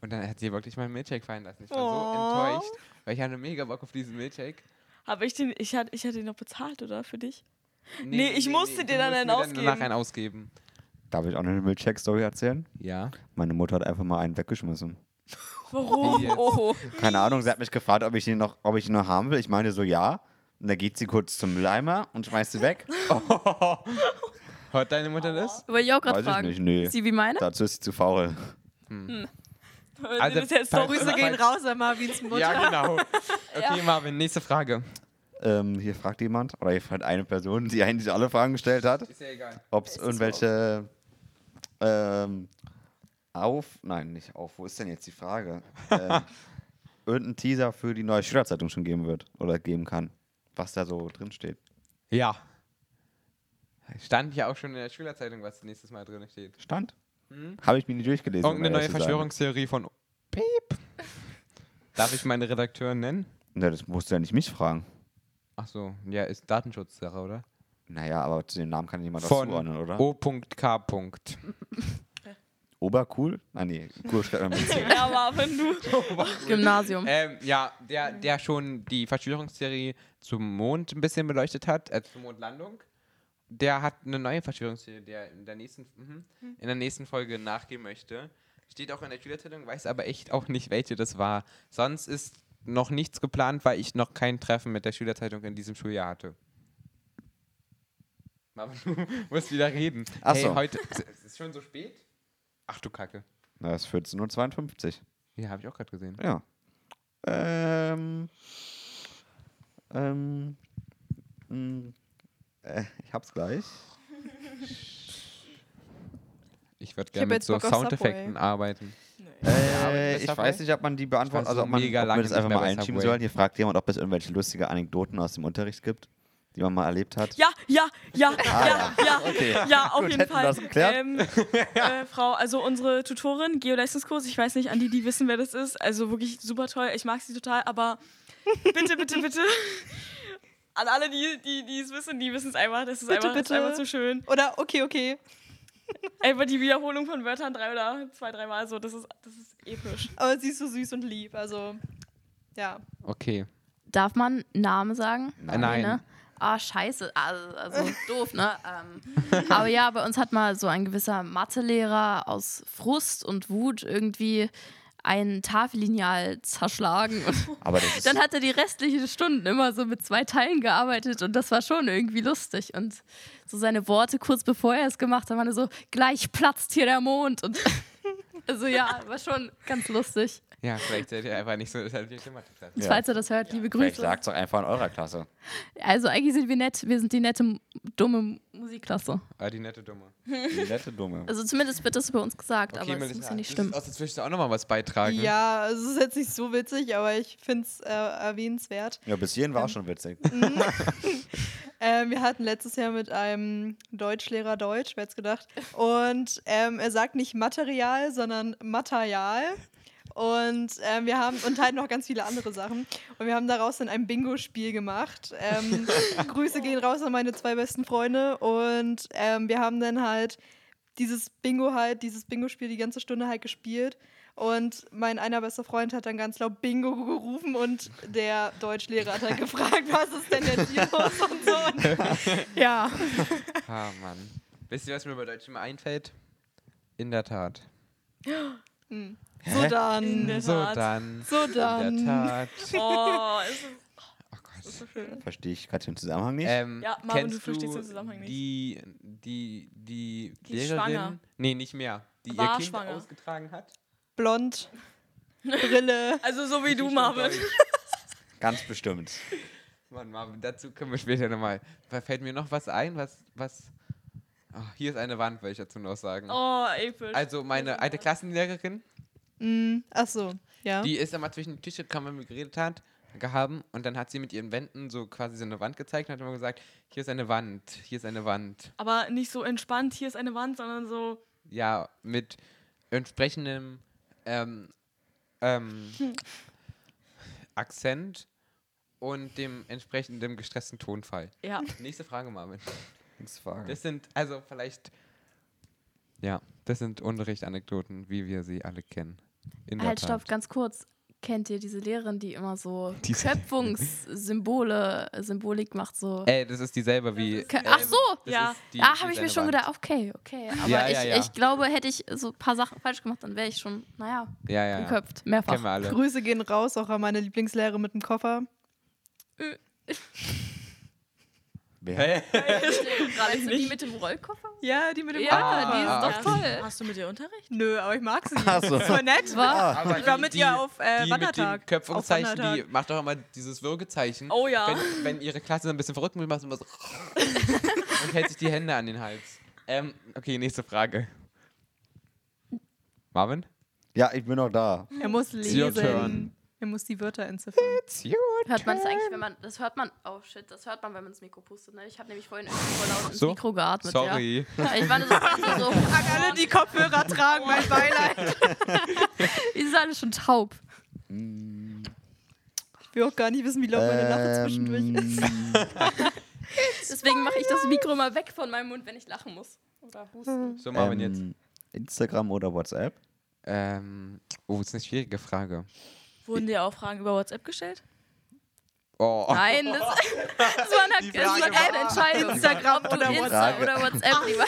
A: Und dann hat sie wirklich meinen Milkshake fallen lassen. Ich war
D: Oh.
A: so enttäuscht, weil ich hatte mega Bock auf diesen Milkshake.
E: Habe ich den, ich hatte, ich hatte ihn noch bezahlt, oder? Für dich? Nee, ich musste
A: du
E: dir dann
A: musst
E: einen
A: mir
E: ausgeben.
A: danach einen ausgeben.
B: Darf ich auch noch eine Milkshake-Story erzählen?
A: Ja.
B: Meine Mutter hat einfach mal einen weggeschmissen.
E: Warum?
A: Wie jetzt?
B: Keine Ahnung, sie hat mich gefragt, ob ich ihn noch, ob ich ihn noch haben will. Ich meine so, ja. Und da geht sie kurz zum Mülleimer und schmeißt sie weg.
E: oh.
A: Hört deine Mutter das?
C: Wollte ich auch gerade
B: Weiß ich
C: fragen.
B: nicht, nee.
C: Ist Sie wie meine?
B: Dazu ist sie zu faul.
E: Wenn
A: Also,
E: also, das jetzt
A: falls-
E: doch
D: Grüße gehen raus an Marvins Mutter.
A: Ja, genau. Okay, Marvin, nächste Frage.
B: Ähm, hier fragt jemand, oder hier fragt eine Person, die eigentlich alle Fragen gestellt hat.
A: Ist ja egal.
B: ob es irgendwelche ähm, auf, nein, nicht auf, wo ist denn jetzt die Frage? ähm, irgendeinen Teaser für die neue Schülerzeitung schon geben wird oder geben kann, was da so drin steht.
A: Ja. Stand hier auch schon in der Schülerzeitung, was nächstes Mal drin steht.
B: Stand? Habe ich mir nicht durchgelesen. um
A: Irgendeine neue
B: ehrlich zu sein.
A: Verschwörungstheorie von Piep. Darf ich meine Redakteurin nennen?
B: Na, das musst du ja nicht mich fragen.
A: Ach so, ja, ist Datenschutzsache, oder?
B: Naja, aber zu dem Namen kann jemand was
A: Von
B: zuordnen, oder?
A: O.K.
B: Obercool? Ah, nee, cool schreibt man mit C.
E: Ja, Marvin, du.
C: Gymnasium.
A: Ähm, ja, der, der schon die Verschwörungstheorie zum Mond ein bisschen beleuchtet hat, äh, zur Mondlandung. Der hat eine neue Verschwörungstheorie, der in der nächsten, mhm,
D: Hm.
A: in der nächsten Folge nachgehen möchte. Steht auch in der Schülerzeitung, weiß aber echt auch nicht, welche das war. Sonst ist noch nichts geplant, weil ich noch kein Treffen mit der Schülerzeitung in diesem Schuljahr hatte. Mama, du musst wieder reden.
B: Ach
A: hey,
B: so.
A: heute. Es ist schon so spät? Ach du Kacke.
B: Na, das ist 14.52
A: Ja, habe ich auch gerade gesehen.
B: Uhr. Ja. Ähm. Ähm. mh, Äh, ich hab's gleich.
A: Ich würde
D: Ich
A: gerne
D: hab
A: mit
D: jetzt
A: so
D: Bock auf Subway.
A: Soundeffekten arbeiten.
B: Äh,
A: das
B: ich
A: darf
B: weiß
A: man-
B: nicht, ob man die
A: Ich
B: beantwortet,
A: war
B: also
A: so
B: ob man,
A: mega
B: ob
A: lange
B: wir das
A: nicht
B: einfach
A: mehr
B: mal
A: bei
B: einschieben
A: Subway.
B: sollen. Hier fragt jemand, ob es irgendwelche lustige Anekdoten aus dem Unterricht gibt, die man mal erlebt hat.
E: Ja, ja, ja,
B: ja.
E: ja, ja,
B: Ah, Okay.
E: ja, auf
B: Gut,
E: jeden
B: hätten wir
E: Fall.
B: das geklärt.
E: Ähm, äh, Frau, also unsere Tutorin, Geoleistungskurs, ich weiß nicht, an die, die wissen, wer das ist. Also wirklich super toll, ich mag sie total, aber bitte, bitte, bitte. An alle, die, die, die es wissen, die wissen es einfach. Das ist,
D: Bitte,
E: einfach,
D: bitte.
E: Das ist einfach zu schön.
D: Oder okay, okay.
E: Einfach die Wiederholung von Wörtern drei oder zwei, dreimal so. Das ist, das ist episch.
D: Aber sie ist so süß und lieb. Also, ja.
A: Okay.
C: Darf man Namen sagen?
A: Nein. Nein.
C: Ne? Ah, scheiße. Also, also doof, ne? Ähm, aber ja, bei uns hat mal so ein gewisser Mathelehrer aus Frust und Wut irgendwie ein Tafellineal zerschlagen. Und
B: Aber das ist,
C: dann hat er die restlichen Stunden immer so mit zwei Teilen gearbeitet und das war schon irgendwie lustig. Und so seine Worte kurz bevor er es gemacht hat, waren so, gleich platzt hier der Mond. Und also ja, war schon ganz lustig.
A: Ja, vielleicht seid ihr einfach nicht so etabliert im Matheklatsch.
B: Ja.
C: Falls ihr das hört, liebe
B: vielleicht
C: Grüße.
B: sagt es doch einfach in eurer Klasse.
C: Also eigentlich sind wir nett, wir sind die nette, dumme Musikklasse.
A: Ah, die nette Dumme.
B: Die nette Dumme.
C: Also zumindest wird das über uns gesagt, aber das
A: Melissa,
C: muss ja nicht
A: du
C: stimmen.
A: musst aus der Zwischenzeit auch nochmal was beitragen.
D: Ja, also es ist jetzt nicht so witzig, aber ich finde es äh, erwähnenswert.
B: Ja, bis hierhin war auch schon witzig.
D: Ähm, wir hatten letztes Jahr mit einem Deutschlehrer Deutsch, wer hätte gedacht. Und ähm, er sagt nicht Material, sondern Material. Und ähm, wir haben und halt noch ganz viele andere Sachen. Und wir haben daraus dann ein Bingo-Spiel gemacht. Ähm, Grüße gehen raus an meine zwei besten Freunde. Und ähm, wir haben dann halt dieses Bingo halt, dieses Bingo-Spiel die ganze Stunde halt gespielt. Und mein einer bester Freund hat dann ganz laut Bingo gerufen und der Deutschlehrer hat dann gefragt, was ist denn jetzt hier los und so. Und ja.
A: Ah, Mann. Wisst ihr, was mir bei Deutsch immer einfällt? In der Tat.
D: Hm.
B: Hä?
D: So
E: In
D: dann.
E: der
A: so
E: Tat.
A: dann.
D: So
A: In der
D: dann.
A: Tat.
E: Oh, ist so-
A: Oh Gott.
E: ist so schön.
B: Verstehe ich gerade den Zusammenhang nicht.
A: Ähm,
E: Ja, Marvin,
A: kennst
E: du verstehst den Zusammenhang nicht.
A: Die, die, die,
E: Die ist
A: Lehrerin,
E: schwanger.
A: nee, nicht mehr, die
E: War
A: ihr Kind
E: schwanger.
A: ausgetragen hat?
D: Blond. Brille.
E: Also so wie du,
A: Stimmt,
E: Marvin.
A: glaub ich.
B: Ganz bestimmt.
A: Mann, Marvin, dazu kommen wir später nochmal. Da fällt mir noch was ein, was, was, Ah, hier ist eine Wand, will ich dazu noch sagen.
E: Oh, episch.
A: Also meine alte Klassenlehrerin,
D: Hm. Ach so. Ja.
A: Die ist immer zwischen die Tische gekommen, wenn wir geredet hat, gehabt und dann hat sie mit ihren Wänden so quasi so eine Wand gezeigt und hat immer gesagt, hier ist eine Wand, hier ist eine Wand.
E: Aber nicht so entspannt, hier ist eine Wand, sondern so.
A: Ja, mit entsprechendem ähm, ähm,
C: Hm.
A: Akzent und dem entsprechenden gestressten Tonfall.
E: Ja.
A: Nächste Frage, Marvin.
B: Nix fragen.
A: Das sind, also vielleicht, ja, das sind Unterrichtanekdoten, wie wir sie alle kennen. In der
C: Halt,
A: Tat.
C: stopp, ganz kurz. Kennt ihr diese Lehrerin, die immer so Schöpfungssymbole, Symbolik macht, so.
A: Äh, das ist dieselbe wie.
C: Ke- Ach so,
A: das
E: ja.
A: ist die-
C: ah, habe ich
A: dieselbe
C: mir schon
A: Wand.
C: gedacht, okay, okay. Aber
A: Ja,
C: ich,
A: ja, ja.
C: ich glaube, hätte ich so ein paar Sachen falsch gemacht, dann wäre ich schon, naja,
A: Ja, ja. ja.
C: geköpft. Mehrfach.
A: Kennen wir alle.
D: Grüße gehen raus, auch an meine Lieblingslehre mit dem Koffer.
B: Wer?
C: Weißt du, die
E: nicht.
C: mit dem Rollkoffer?
D: Ja, die mit dem
C: Ja,
A: Ah,
C: die ist
A: okay.
C: doch toll.
E: Hast du mit ihr Unterricht?
D: Nö, aber ich mag sie.
B: Ach so.
D: Ist voll nett.
C: War?
A: Aber
D: Ich war
A: die-
D: mit
A: die-
D: ihr auf äh,
A: die
D: Wandertag.
A: mit dem Köpfungszeichen,
D: Auf Wandertag.
A: die macht doch immer dieses Würgezeichen.
E: Oh ja.
A: Wenn, wenn ihre Klasse so ein bisschen verrückt wird, macht sie immer so und hält sich die Hände an den Hals. Ähm, okay, nächste Frage. Marvin?
B: Ja, ich bin noch da.
D: Er muss
A: It's your turn.
D: lesen. Er muss die Wörter entziffern.
C: Hört man das eigentlich, wenn man, das hört man, oh shit, das hört man, wenn man ins Mikro pustet, ne? Ich habe nämlich vorhin irgendwie voll laut ins
A: So?
C: Mikro geatmet,
A: Sorry.
C: ja. Ich war nur so, so,
D: An alle, die Kopfhörer tragen, mein Beileid.
C: ihr seid alle schon taub.
D: Ich will auch gar nicht wissen, wie laut meine
B: Ähm,
D: Lache zwischendurch ist.
C: Deswegen mache ich das Mikro mal weg von meinem Mund, wenn ich lachen muss. Oder husten.
A: So, Marvin,
B: Ähm,
A: jetzt.
B: Instagram oder WhatsApp?
A: Ähm, oh, das ist eine schwierige Frage.
E: Wurden dir auch Fragen über WhatsApp gestellt?
A: Oh.
C: Nein, das, das war eine, das war
A: Frage
C: keine Entscheidung.
D: Instagram
C: ob du
D: oder
C: Insta
B: WhatsApp.
C: oder WhatsApp lieber.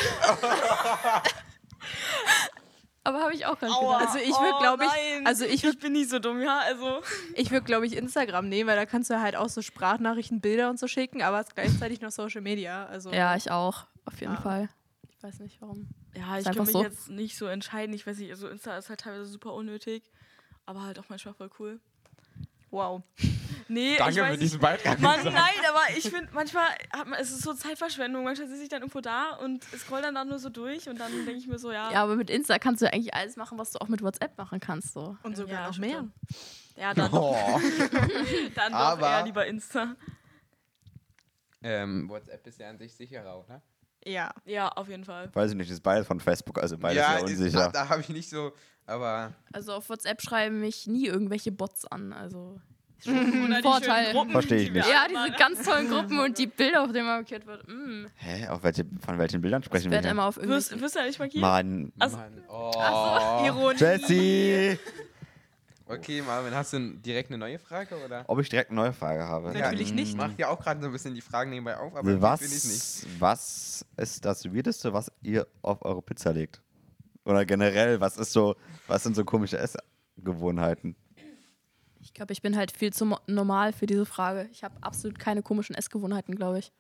C: Aber habe ich auch gerade gedacht.
D: Also ich würde,
E: Oh,
D: glaube
E: nein.
D: ich, also ich würde,
E: bin nicht so dumm, ja. Also.
D: ich würde, glaube ich, Instagram nehmen, weil da kannst du halt auch so Sprachnachrichten, Bilder und so schicken, aber es ist gleichzeitig noch Social Media. Also
C: Ja, ich auch. Auf jeden
D: Ah.
C: Fall. Ich weiß nicht warum.
E: Ja,
C: Ist
E: ich kann
C: einfach
E: mich
C: so.
E: jetzt nicht so entscheiden. Ich weiß nicht, also Insta ist halt teilweise super unnötig, aber halt auch manchmal voll cool.
D: wow.
E: Nee, ich
A: Danke
E: weiß
A: für
E: nicht.
A: diesen Beitrag.
E: Mann, nein, aber ich finde, manchmal hat man, es ist so Zeitverschwendung. Manchmal sitze ich dann irgendwo da und scroll dann da nur so durch und dann denke ich mir so, ja.
C: Ja, aber mit Insta kannst du ja eigentlich alles machen, was du auch mit WhatsApp machen kannst. So.
D: Und sogar
E: ja,
D: noch
E: stimmt
D: mehr.
E: schon. Ja, dann,
B: Oh.
E: dann doch
B: Aber-
E: eher lieber Insta.
A: Ähm, WhatsApp ist ja an sich sicherer, ne? oder?
D: Ja.
E: Ja, auf jeden Fall.
B: Weiß ich nicht, ist beides von Facebook, also beides ja,
A: ist-
B: unsicher.
A: da habe ich nicht so, aber.
C: Also auf WhatsApp schreiben mich nie irgendwelche Bots an. Also ist schon
E: Oder die
C: ein
E: schönen
C: Vorteil.
E: Gruppen,
B: Versteh ich
E: die wir
B: nicht.
C: Ja,
E: alle
C: diese
E: waren.
C: ganz tollen Gruppen und die Bilder, auf denen man markiert wird. Mm.
B: Hä? Auf welche, von welchen Bildern
C: Ich
B: sprechen wir?
C: werde
B: Hier?
C: immer auf
E: Wirst,
C: irgendwelchen...
E: wirst du ja nicht markiert?
B: Mann.
E: Also-
A: Mann. Oh.
E: Ironie.
B: Jesse!
A: Okay, Marvin, hast du n- direkt eine neue Frage, oder?
B: Ob ich direkt eine neue Frage habe? Ähm,
D: Natürlich
A: ich
C: mm.
D: nicht.
A: mache ja auch gerade so ein bisschen die Fragen nebenbei auf, aber
B: was,
A: will ich nicht.
B: was ist das Weirdeste, was ihr auf eure Pizza legt? Oder generell, was ist so, was sind so komische Essgewohnheiten?
C: Ich glaube, ich bin halt viel zu mo- normal für diese Frage. Ich habe absolut keine komischen Essgewohnheiten, glaube ich.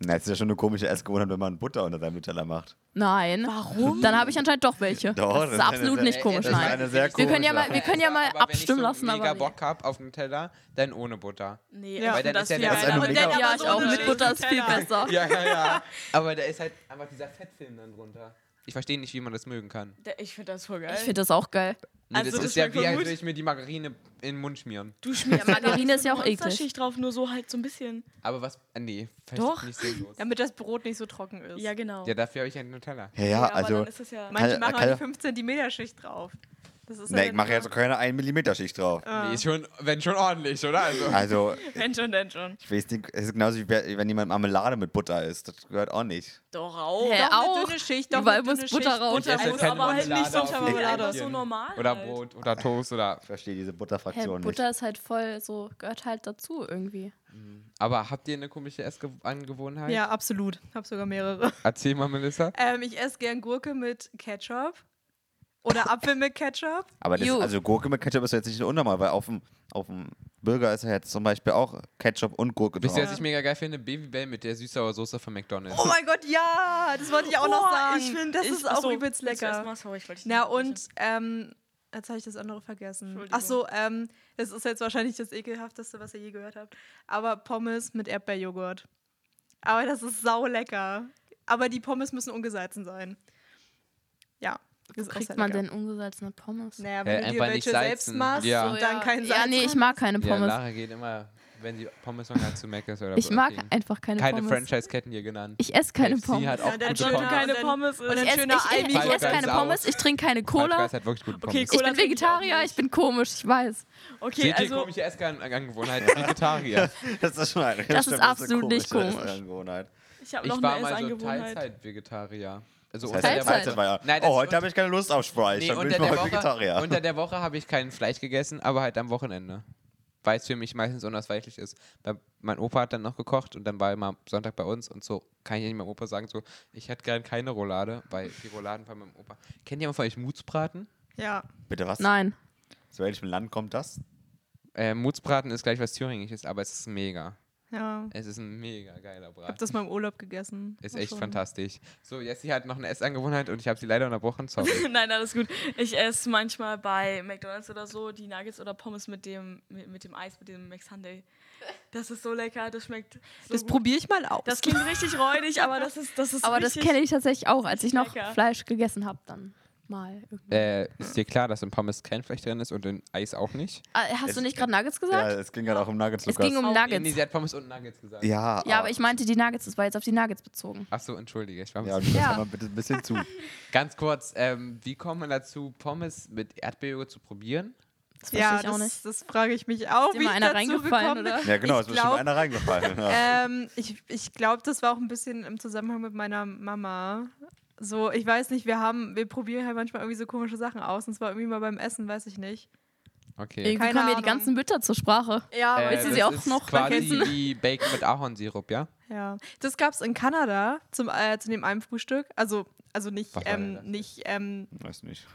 B: Na, es ist ja schon eine komische Essgewohnheit, wenn man Butter unter seinem Nutella macht.
C: Nein. Warum? Dann habe ich anscheinend doch welche.
B: Doch,
C: das
B: das
C: ist
B: ist
C: absolut
B: eine-
C: nicht komisch,
B: das ist
C: nein.
B: eine sehr
C: Wir können ja
B: komische
C: mal, wir können ja mal
A: Aber wenn ich
C: abstimmen
A: so
C: lassen,
A: mega
C: aber.
A: Bock hab auf Nutella, dann ohne Butter.
E: Nee,
D: Ja.
E: also
D: Weil
A: dann
E: das
A: ist ja
E: wäre
A: der- Das ist
E: geil.
B: eine
E: Aber
B: mega-
E: dann
C: Ja,
E: aber
C: ich
E: so
C: auch.
E: eine
C: Mit Butter ist viel
E: Nutella.
C: besser.
A: Ja, ja, ja. Aber da ist halt einfach dieser Fettfilm dann drunter. Ich verstehe nicht, wie man das mögen kann.
E: Da- Ich finde das voll geil.
C: Ich finde das auch geil.
A: Nee,
E: Also
A: das,
E: das
A: ist ja
E: schmeckt
A: wie, als
E: gut.
A: würde ich mir die Margarine in den Mund schmieren.
E: du schmierst
C: Margarine ist ja auch eklig.
E: Schicht drauf, nur so halt so ein bisschen.
A: Aber was. äh, Nee, verstehe
E: Doch.
A: nicht sinnlos.
D: Damit das Brot nicht so trocken ist.
E: Ja, genau.
A: Ja, dafür habe ich einen Nutella.
B: Ja, ja,
E: aber
B: also.
E: dann ist das ja
D: Manche
B: Kann-
D: machen
B: kann-
D: halt die 5-Zentimeter-Schicht drauf. Das ist
B: Ne,
D: halt
B: ich mache jetzt auch keine 1 mm Schicht drauf.
D: Ja.
A: Nee, ist schon, wenn schon ordentlich, oder?
C: Ah,
A: Also.
B: Also,
E: wenn schon, dann schon.
B: ich weiß nicht, es ist genauso wie wer- wenn jemand Marmelade mit Butter isst. Das gehört auch nicht.
E: Doch auch.
C: Hä?
D: doch
C: auch.
D: eine dünne Schicht, doch
C: Überall
D: eine dünne
C: muss Butter also
D: Schicht.
C: raus.
A: Ich esse
E: muss
A: keine
E: aber halt
A: Marmelade
E: nicht so
A: auf
E: viel
A: Brötchen.
E: Marmelade, so normal
A: Oder
E: halt.
A: Brot oder Toast oder.
B: Ich verstehe diese
C: Hey,
B: Butterfraktion
C: Butter ist halt voll so, gehört halt dazu irgendwie.
A: Aber habt ihr eine komische Essangewohnheit?
D: Ja, absolut. Hab sogar mehrere.
A: Erzähl mal, Melissa.
D: Ähm, ich esse gern Gurke mit Ketchup. Oder Apfel mit Ketchup.
B: nicht. Aber das,
C: Ju.
B: also Gurke mit Ketchup ist jetzt nicht so unnormal, weil auf dem, auf dem Burger ist ja jetzt zum Beispiel auch Ketchup und Gurke drauf.
A: Wisst ihr, was ich mega geil finde? Babybell mit der süßsauer Soße von McDonalds.
D: Oh mein Gott, ja! Das wollte ich auch noch
E: Oh,
D: sagen.
E: Ich finde,
D: das ist auch übelst lecker.
E: sorry, ich wollte dich
D: Na
E: nicht unterbrechen.
D: und, ähm, jetzt habe ich das andere vergessen.
E: Entschuldigung.
D: Ach so, ähm, das ist jetzt wahrscheinlich das ekelhafteste, was ihr je gehört habt. Aber Pommes mit Erdbeerjoghurt. Aber das ist sau lecker. Aber die Pommes müssen ungesalzen sein. Ja. das ist halt auch sehr
C: Kriegt man
D: lecker.
C: denn ungesalzene Pommes?
D: Naja,
A: Äh,
D: wenn du dir
A: einfach nicht
D: welche selbst
A: salzen.
D: machst
A: Ja.
D: und dann kein Salz
C: Ja, nee, ich mag keine
A: Ja,
C: Pommes.
A: Lara geht immer, wenn sie Pommes machen, zu Mc's oder
C: ich mag
A: Burger King.
C: einfach keine,
A: Keine
C: Pommes.
A: Franchise-Ketten hier genannt.
C: Ich esse keine
A: KFC
C: Pommes.
A: hat auch
D: Ja, der
A: gute
D: John
E: Wenn
A: Pommes.
E: du keine Pommes
D: Und dann-
E: isst.
C: ich esse
D: schöner
C: ich, ich,
D: Almi-
C: esse keine
A: Sau.
C: Pommes, ich trinke keine
A: French
C: Cola.
A: Fries hat wirklich gute Pommes.
E: Okay,
C: Ich
E: Cola
C: bin
E: trinke ich auch
C: Vegetarier,
E: nicht.
C: ich bin komisch, ich weiß.
E: Okay,
A: Seht ihr
E: also
A: komische Essangewohnheit? Vegetarier.
B: Das ist schon eine
C: Das ist
B: stimmt,
C: absolut nicht
B: komische
C: komisch.
B: Angewohnheit.
E: ich habe
A: ich
E: noch
A: war
E: eine
A: mal so
E: Essangewohnheit.
A: Teilzeit-Vegetarier. Also
B: Das heißt,
A: unter der
C: Teilzeit.
A: Woche-
B: Teilzeit war ja,
A: Nein, das
B: oh,
A: ist
B: heute
A: unter-
B: habe ich keine Lust auf Fleisch,
A: Nee,
B: dann bin
A: unter,
B: ich mal
A: der Woche,
B: Vegetarier.
A: unter der Woche habe ich kein Fleisch gegessen, aber halt am Wochenende. Weil es für mich meistens unausweichlich ist. Weil mein Opa hat dann noch gekocht und dann war er immer Sonntag bei uns und so kann ich nicht meinem Opa sagen, so, ich hätte gern keine Roulade, weil die Rouladen von meinem Opa. Kennt jemand von euch Mutzbraten?
D: Ja.
B: Bitte was?
C: Nein.
B: Zu welchem Land kommt das?
A: Äh, Mutzbraten ist gleich was Thüringisches, aber es ist mega.
D: Ja.
A: Es ist ein mega geiler
D: Ich habe
A: Braten.
D: das mal im Urlaub gegessen.
A: Ist
D: War
A: echt
D: schon-
A: fantastisch. So, Jessie hat noch eine Essangewohnheit und ich habe sie leider unterbrochen. Sorry.
E: Nein, alles gut. Ich esse manchmal bei McDonalds oder so die Nuggets oder Pommes mit dem, mit, mit dem Eis, mit dem McSunday. Das ist so lecker, das schmeckt so
D: Das
E: gut.
D: probiere ich mal aus.
E: Das klingt richtig räudig, aber das ist das ist
C: Aber das
E: richtig,
C: kenne ich tatsächlich auch, als ich noch
E: lecker.
C: Fleisch gegessen habe, dann mal. irgendwie.
A: äh, ist dir klar, dass in Pommes kein Fleisch drin ist und in Eis auch nicht?
C: Ah, Hast du
B: Es-
C: nicht gerade Nuggets
B: Ja,
C: gesagt?
B: es ging gerade auch um Nuggets,
C: es
B: Lukas.
C: ging um
A: Nee,
C: Nuggets.
A: sie hat Pommes und Nuggets gesagt.
B: ja, ah.
C: Ja, aber ich meinte die Nuggets, das war jetzt auf die Nuggets bezogen.
A: Achso, entschuldige, ich war
B: Ja, Lukas,
C: Ja.
B: hör mal bitte ein bisschen zu.
A: Ganz kurz, ähm, wie kommt man dazu, Pommes mit Erdbeerjoghurt zu probieren?
C: Das verstehe
D: ja,
C: ich auch
D: das,
C: nicht.
D: das frage ich mich auch.
C: Ist dir
D: wie
C: mal
D: ich
C: einer
D: dazu
C: reingefallen,
D: gekommen bin.
C: oder?
B: Ja, genau,
D: Ich
B: es ist bestimmt
D: glaub-
B: einer reingefallen. Ja.
D: Ähm, ich ich glaube, das war auch ein bisschen im Zusammenhang mit meiner Mama. So, ich weiß nicht, wir haben, wir probieren halt manchmal irgendwie so komische Sachen aus. Und zwar irgendwie mal beim Essen, weiß ich nicht.
A: Okay.
C: Irgendwie
D: Keine
C: kommen hier die
D: Ahnung.
C: ganzen Mütter zur Sprache.
D: Ja,
A: Äh,
C: willst du sie
A: das
C: auch
A: ist
C: noch
A: quasi
C: vergessen?
A: wie Bacon mit Ahornsirup, ja?
D: Ja, das gab es in Kanada zum, äh, zu dem einen Frühstück. Also, also nicht,
A: Was war denn
D: ähm,
A: das?
D: nicht, ähm,
B: Weiß nicht.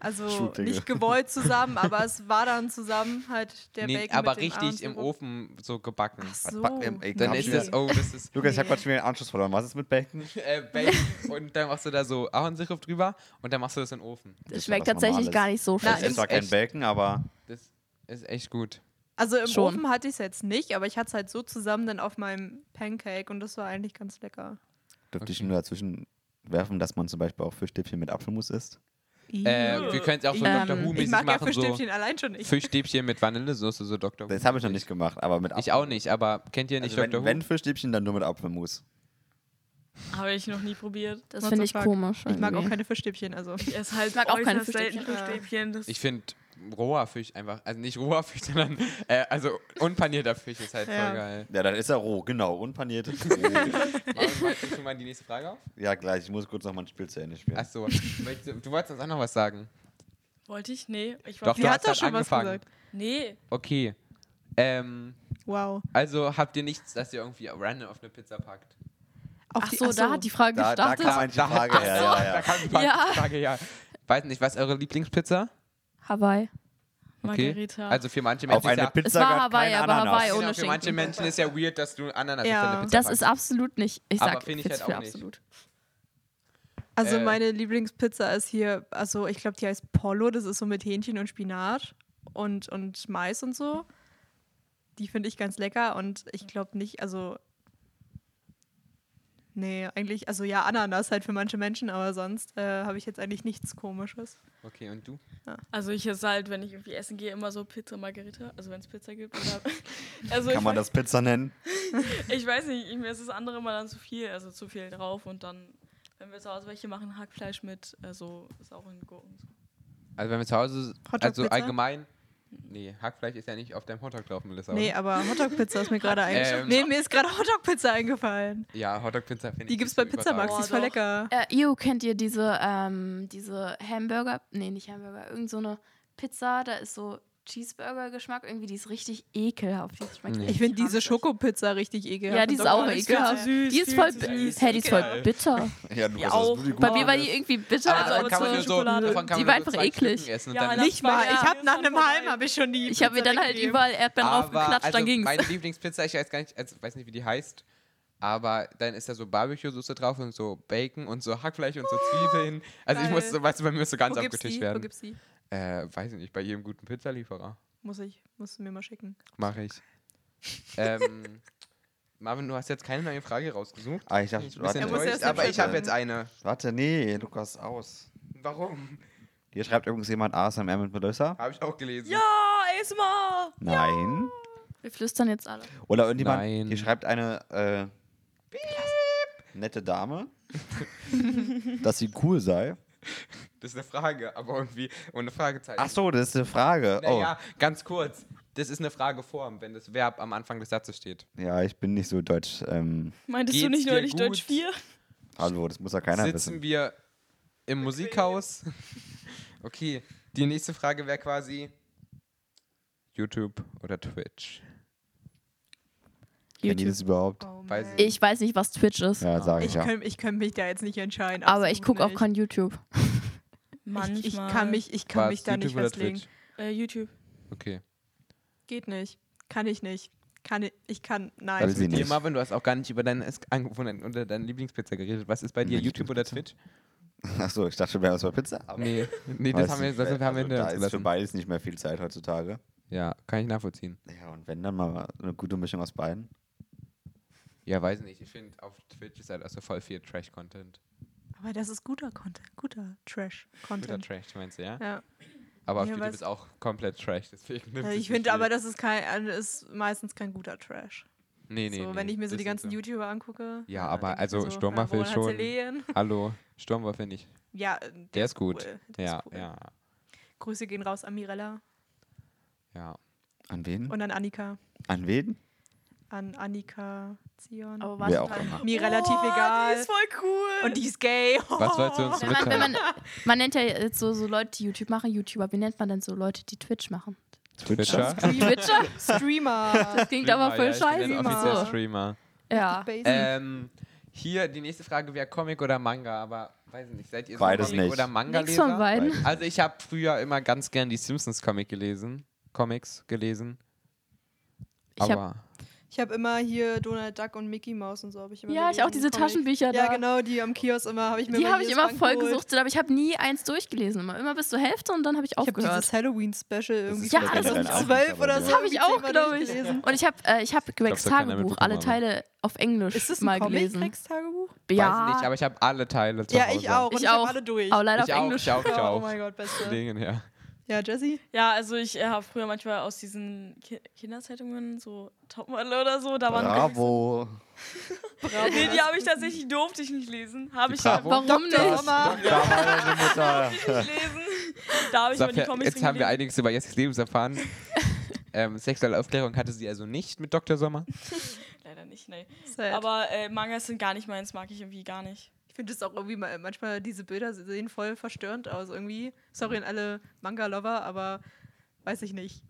D: also
B: Shooting.
D: nicht gewollt zusammen, aber es war dann zusammen halt der
A: nee,
D: Bacon.
A: aber
D: mit dem
A: richtig im
D: Ahornsirup.
A: Ofen so gebacken.
D: Ach so.
B: Backen im Bacon
A: Dann
B: hab
A: ist
B: ich mir-
A: das, oh, das ist
B: Lukas, ich habe
D: Nee.
B: gerade schon wieder den Anschluss verloren. Was ist mit Bacon?
A: äh, Bacon und dann machst du da so Ahornsirup drüber und dann machst du das in den Ofen.
C: Das,
B: ist ja
C: schmeckt
B: was
C: tatsächlich
B: Normales.
C: gar nicht so
A: Na,
B: Das
C: schlecht.
B: ist
A: ist
B: zwar kein
A: echt-
B: Bacon, aber
A: Das ist echt gut.
D: Also im
C: Schon.
D: Ofen hatte ich es jetzt nicht, aber ich hatte es halt so zusammen dann auf meinem Pancake und das war eigentlich ganz lecker.
B: dürfte ich
A: Okay.
B: nur dazwischen werfen, dass man zum Beispiel auch Fischstäbchen mit Apfelmus isst?
A: Äh, wir können es auch so
C: Ähm,
A: Dr.
D: ich
A: Who-mäßig
D: mag ja
A: machen, so
D: Fischstäbchen allein schon nicht.
A: Fischstäbchen mit Vanillesoße, so Dr. Who.
B: Das habe ich noch nicht gemacht, aber mit
A: Ich auch nicht, aber kennt ihr nicht
B: Also wenn,
A: Dr.
B: wenn
A: Who?
B: Fischstäbchen, dann nur mit Apfelmus.
E: Habe ich noch nie probiert.
C: Das
D: What
C: finde
D: the
C: ich
D: fuck?
C: komisch.
D: Ich mag auch
C: irgendwie.
D: keine Fischstäbchen, also.
E: Ich esse halt
C: Ich mag auch keine
E: äußerst selten
D: Fischstäbchen.
E: Fischstäbchen. Das
A: Ich finde roher Fisch einfach, also nicht roher Fisch, sondern äh, also unpanierter Fisch ist halt
D: Ja.
A: voll geil.
B: Ja, dann ist er roh, genau, unpaniert.
A: Marion, wolltest du schon mal die nächste Frage auf?
B: ja, gleich, ich muss kurz noch mal ein Spiel zu Ende spielen.
A: Achso, möchtest du, du wolltest uns auch noch was sagen.
E: wollte ich? Nee, ich war
A: Doch,
D: Sie
A: du
D: hat
A: hast
D: doch
A: grad
D: schon was
A: angefangen.
D: gesagt.
E: Nee,
A: Okay. Ähm,
D: Wow.
A: also habt ihr nichts, dass ihr irgendwie random auf eine Pizza packt?
D: Auf
C: Ach
D: die-
C: so, da hat die Frage
B: Da, da
C: gestartet.
B: kam eigentlich die Frage her, ja, ja.
A: Da kam die Frage,
C: Ja.
A: Frage ja. Weiß nicht, was ist eure Lieblingspizza?
C: Hawaii.
E: Margarita.
A: Also für manche
B: Auf
A: Menschen ist
B: eine
A: ja,
B: Pizza
C: Es war
B: gehört
C: Hawaii,
B: kein
C: aber
B: Ananas.
C: Hawaii oh, ohne
A: genau, für manche
C: Schinken.
A: Menschen ist ja weird, dass du Ananas
D: Ja.
A: auf deine Pizza
C: Das ist
A: packst.
C: absolut nicht. Ich
A: Aber
C: sag,
A: finde ich
C: Fitz
A: halt auch
C: für
A: nicht.
C: absolut.
D: Also
A: Äh.
D: meine Lieblingspizza ist hier, also ich glaube, die heißt Pollo, das ist so mit Hähnchen und Spinat und, und Mais und so. Die finde ich ganz lecker und ich glaube nicht, also nee, eigentlich, also ja, Ananas halt für manche Menschen, aber sonst äh, habe ich jetzt eigentlich nichts Komisches.
A: Okay, und du?
E: Also ich esse halt, wenn ich irgendwie essen gehe, immer so Pizza Margarita. Also wenn es Pizza gibt. Oder also
B: Kann
E: ich
B: man
E: weiß,
B: das Pizza nennen?
E: Ich weiß nicht, ich- mir ist das andere mal dann zu viel, also zu viel drauf und dann, wenn wir zu Hause welche machen, Hackfleisch mit äh, so sauren Gurken.
A: Also wenn wir zu Hause,
D: Hotdog-Pizza?
A: also allgemein, nee, Hackfleisch ist ja nicht auf deinem Hotdog drauf, Melissa.
D: Nee,
A: oder?
D: aber Hotdog-Pizza ist mir gerade
A: Ähm.
D: eingefallen. Nee, mir ist gerade Hotdog-Pizza eingefallen.
A: ja, Hotdog-Pizza finde ich.
D: Die gibt es
A: nicht so
D: beim Pizzamarkt,
A: überragend.
D: die ist voll
E: Boah,
D: lecker.
C: Äh, Io, kennt ihr diese, ähm, diese Hamburger? Nee, nicht Hamburger. Irgend so eine Pizza, da ist so Cheeseburger-Geschmack. Irgendwie, die ist richtig ekelhaft. Die schmeckt
A: Nee.
C: richtig
D: Ich finde diese
C: ranzig.
D: Schokopizza richtig ekelhaft.
C: Ja, die ist
D: Und
C: auch
D: Doktor-
C: ekelhaft.
E: süß,
C: die ist voll,
E: viel zu
C: bi-
E: süß.
C: Hä, die ist voll bitter.
B: Ja, du hast
E: Ja,
B: das
E: auch.
B: Booty gut
C: Bei mir war die
B: gemacht.
C: irgendwie bitter.
A: Aber
E: Also
A: davon
E: mit
A: kann man
E: so
A: nur so,
E: Schokolade.
A: davon kann
C: Die
A: man
C: war
A: nur so
C: einfach
A: zwei
C: eklig.
A: Stücken Essen und
E: Ja,
A: dann
E: Alter.
D: Nicht mal. Ich
E: Ja,
D: habe nach
E: ist
D: einem
E: vorbei.
D: halben habe ich schon die.
C: ich habe mir
D: Pizza
C: dann halt
D: weggegeben.
C: überall Erdbeeren draufgeklatscht,
A: also
C: dann ging's.
A: Meine Lieblingspizza, ich weiß gar nicht, also weiß nicht, wie die heißt, aber dann ist da so Barbecue-Soße drauf und so Bacon und so Hackfleisch und so Zwiebeln. Also ich
D: geil.
A: muss, so- weißt du, bei mir muss so ganz
D: Wo gibt's
A: abgetischt
D: die? Wo
A: werden.
D: gibt's die?
A: Äh, weiß ich nicht, bei jedem guten Pizzalieferer.
D: Muss ich, musst du mir mal schicken.
A: Mache ich. ähm, Marvin, du hast jetzt keine neue Frage rausgesucht.
B: Ah, ich dachte,
A: Ich bin ein
B: warte,
A: bisschen
D: Er muss
A: enttäuscht,
D: erst
A: aber ich
D: abschätzen.
A: habe jetzt eine.
B: warte, nee, Lukas, aus.
A: Warum?
B: Hier schreibt übrigens jemand ASMR mit Melissa.
A: Habe ich auch gelesen.
E: Ja, erstmal!
B: Nein.
C: Wir flüstern jetzt alle.
B: Oder irgendjemand,
A: Nein.
B: hier schreibt eine äh, nette Dame, dass sie cool sei.
A: Das ist eine Frage, aber irgendwie ohne Fragezeichen.
B: Ach so, das ist eine Frage. Oh.
A: Naja, ganz kurz. Das ist eine Frageform, wenn das Verb am Anfang des Satzes steht.
B: Oh, Ja, ich bin nicht so deutsch. Ähm,
E: Meintest du
A: Geht's
E: nicht
A: dir
E: neulich
A: gut?
E: Deutsch 4?
B: hallo, das muss ja keiner
A: Sitzen
B: wissen.
A: wir im Musikhaus? Okay, die nächste Frage wäre quasi YouTube oder Twitch.
B: Kennen die
C: YouTube.
B: das überhaupt?
A: Oh Weiß ich.
C: Ich weiß nicht, was Twitch ist,
B: Ja, sage ich,
D: Ich
B: ja.
D: kann, ich kann mich da jetzt nicht entscheiden.
C: aber ich
D: absolut
C: gucke auch
D: nicht.
C: kein YouTube.
E: Manchmal.
D: Ich, ich kann mich, ich kann
A: Was,
D: mich da nicht
A: YouTube oder
D: festlegen.
A: Twitch?
E: Äh, YouTube.
A: Okay.
D: Geht nicht. Kann ich nicht. Kann ich, ich kann, nein.
B: Weil sie
A: Dir,
B: nicht.
A: Marvin, du hast auch gar nicht über deine Es- Angewohnheiten oder deine Lieblingspizza geredet. Was ist bei dir,
B: Meine
A: YouTube oder Twitch?
B: Ach so, ich dachte, wir haben es bei Pizza. Aber
A: Nee, nee das
B: weiß
A: haben wir,
B: nicht,
A: das haben wir
B: also,
A: hinter
B: Da
A: uns
B: ist für
A: gelassen.
B: beides nicht mehr viel Zeit heutzutage.
A: Ja, kann ich nachvollziehen.
B: Ja, und wenn dann mal eine gute Mischung aus beiden.
A: Ja, weiß nicht. Ich finde, auf Twitch ist halt also voll viel Trash-Content.
D: Aber das ist guter Content, guter
A: Guter
D: Trash-Content.
A: Trash, meinst du, ja?
D: Ja.
A: Aber auf
D: Ja,
A: YouTube
D: weiß-
A: ist auch komplett Trash, deswegen nimmt
D: Ja,
A: sich
D: Ich
A: nicht
D: finde aber,
A: viel.
D: das ist kein, also ist meistens kein guter Trash.
A: nee, nee,
D: so,
A: nee,
D: wenn ich mir so
A: das
D: die
A: ist
D: ganzen YouTuber angucke.
A: Ja,
D: dann
A: aber
D: denk ich mir
A: also Sturmwaffe
D: woran
A: ist
D: hat's
A: schon-
D: gelegen?
A: Hallo, Sturmwolf finde ich.
D: Ja, äh, der,
A: Der ist gut.
D: cool, der
A: Ja,
D: ist cool.
A: ja,
D: Grüße gehen raus an Mirella
A: ja.
B: An wen?
D: und an Annika.
B: An wen?
D: An Annika Zion.
C: Aber
B: Wer auch
C: mal.
B: immer.
D: Mir relativ
E: oh, Die
D: egal.
E: ist voll cool.
D: Und die ist gay.
A: Was wollt ihr uns
C: Wenn man, wenn
A: mitteilen?
C: man, man nennt ja jetzt so, so Leute, die YouTube machen, YouTuber. Wie nennt man denn so Leute, die Twitch machen?
A: Twitcher?
C: Twitcher?
D: Streamer.
C: Das klingt aber voll
A: ja, ich bin
C: scheiße.
A: ein
D: immer.
A: offizieller
C: So.
A: Streamer.
C: Ja.
A: Ähm, hier, die nächste Frage wäre Comic oder Manga, aber weiß nicht, seid ihr so
B: Beides
A: Comic
B: nicht.
A: oder Manga
C: Nix von
A: Leser?
C: beiden.
A: Also ich habe früher immer ganz gern die Simpsons Comic gelesen, Comics gelesen.
C: Ich hab-
A: Aber
D: Ich habe immer hier Donald Duck und Mickey Mouse und so. Hab ich immer
C: Ja, ich auch
D: gelesen,
C: diese
D: Comic.
C: Taschenbücher da.
D: Ja, genau, die am Kiosk immer habe ich mir
C: Die
D: bei
C: habe ich
D: jedes
C: immer
D: Mal
C: voll
D: geholt.
C: gesuchtet, aber ich habe nie eins durchgelesen. Immer, immer bis zur Hälfte und dann habe ich
D: Ich habe
C: aufgehört.
D: dieses Halloween-Special irgendwie
B: ist
C: Ja,
D: von
C: das ist
D: 2012 oder so.
C: Das habe ich auch,
D: zehnmal
C: glaube ich.
D: durchgelesen.
C: Und ich habe äh, ich hab Gregs
A: da keiner
C: Tagebuch,
A: mitbekommen,
C: alle
A: aber-
C: Teile auf Englisch
D: Ist das ein
C: mal
D: Comic,
C: gelesen.
D: Gregs Tagebuch?
C: Ja,
A: weiß nicht, aber ich habe alle Teile zu
D: Ja,
A: Hause.
D: ich auch. Und
C: Ich
D: ich habe
C: auch.
D: alle durch.
C: aber leider
A: Ich
C: auf
A: auch,
C: Englisch.
A: ich auch, ich
D: Ja,
A: auch.
D: Oh mein Gott, beste.
A: Deswegen, ja.
D: Ja, Jessie?
E: Ja, also ich äh, habe früher manchmal aus diesen Ki Kinderzeitungen so Topmodel oder so, da waren
B: Bravo.
D: Bravo.
E: Nee, die habe ich tatsächlich, durfte ich nicht lesen. Habe
A: Die
E: ich
A: Bravo.
C: Warum
D: Dr.
C: nicht?
D: Sommer.
B: Da war deine Mutter.
E: nicht lesen. Da habe ich
A: So,
E: mal die Comics
A: jetzt haben wir
E: gelesen.
A: einiges über Jessicas Lebens erfahren. ähm, sexuelle Aufklärung hatte sie also nicht mit Dr. Sommer.
E: Leider nicht, nee.
D: Sad.
E: Aber äh, Mangas sind gar nicht meins, mag ich irgendwie gar nicht.
D: Ich finde es auch irgendwie mal, manchmal diese Bilder sehen voll verstörend aus irgendwie. Sorry an alle Manga-Lover, aber Weiß ich nicht.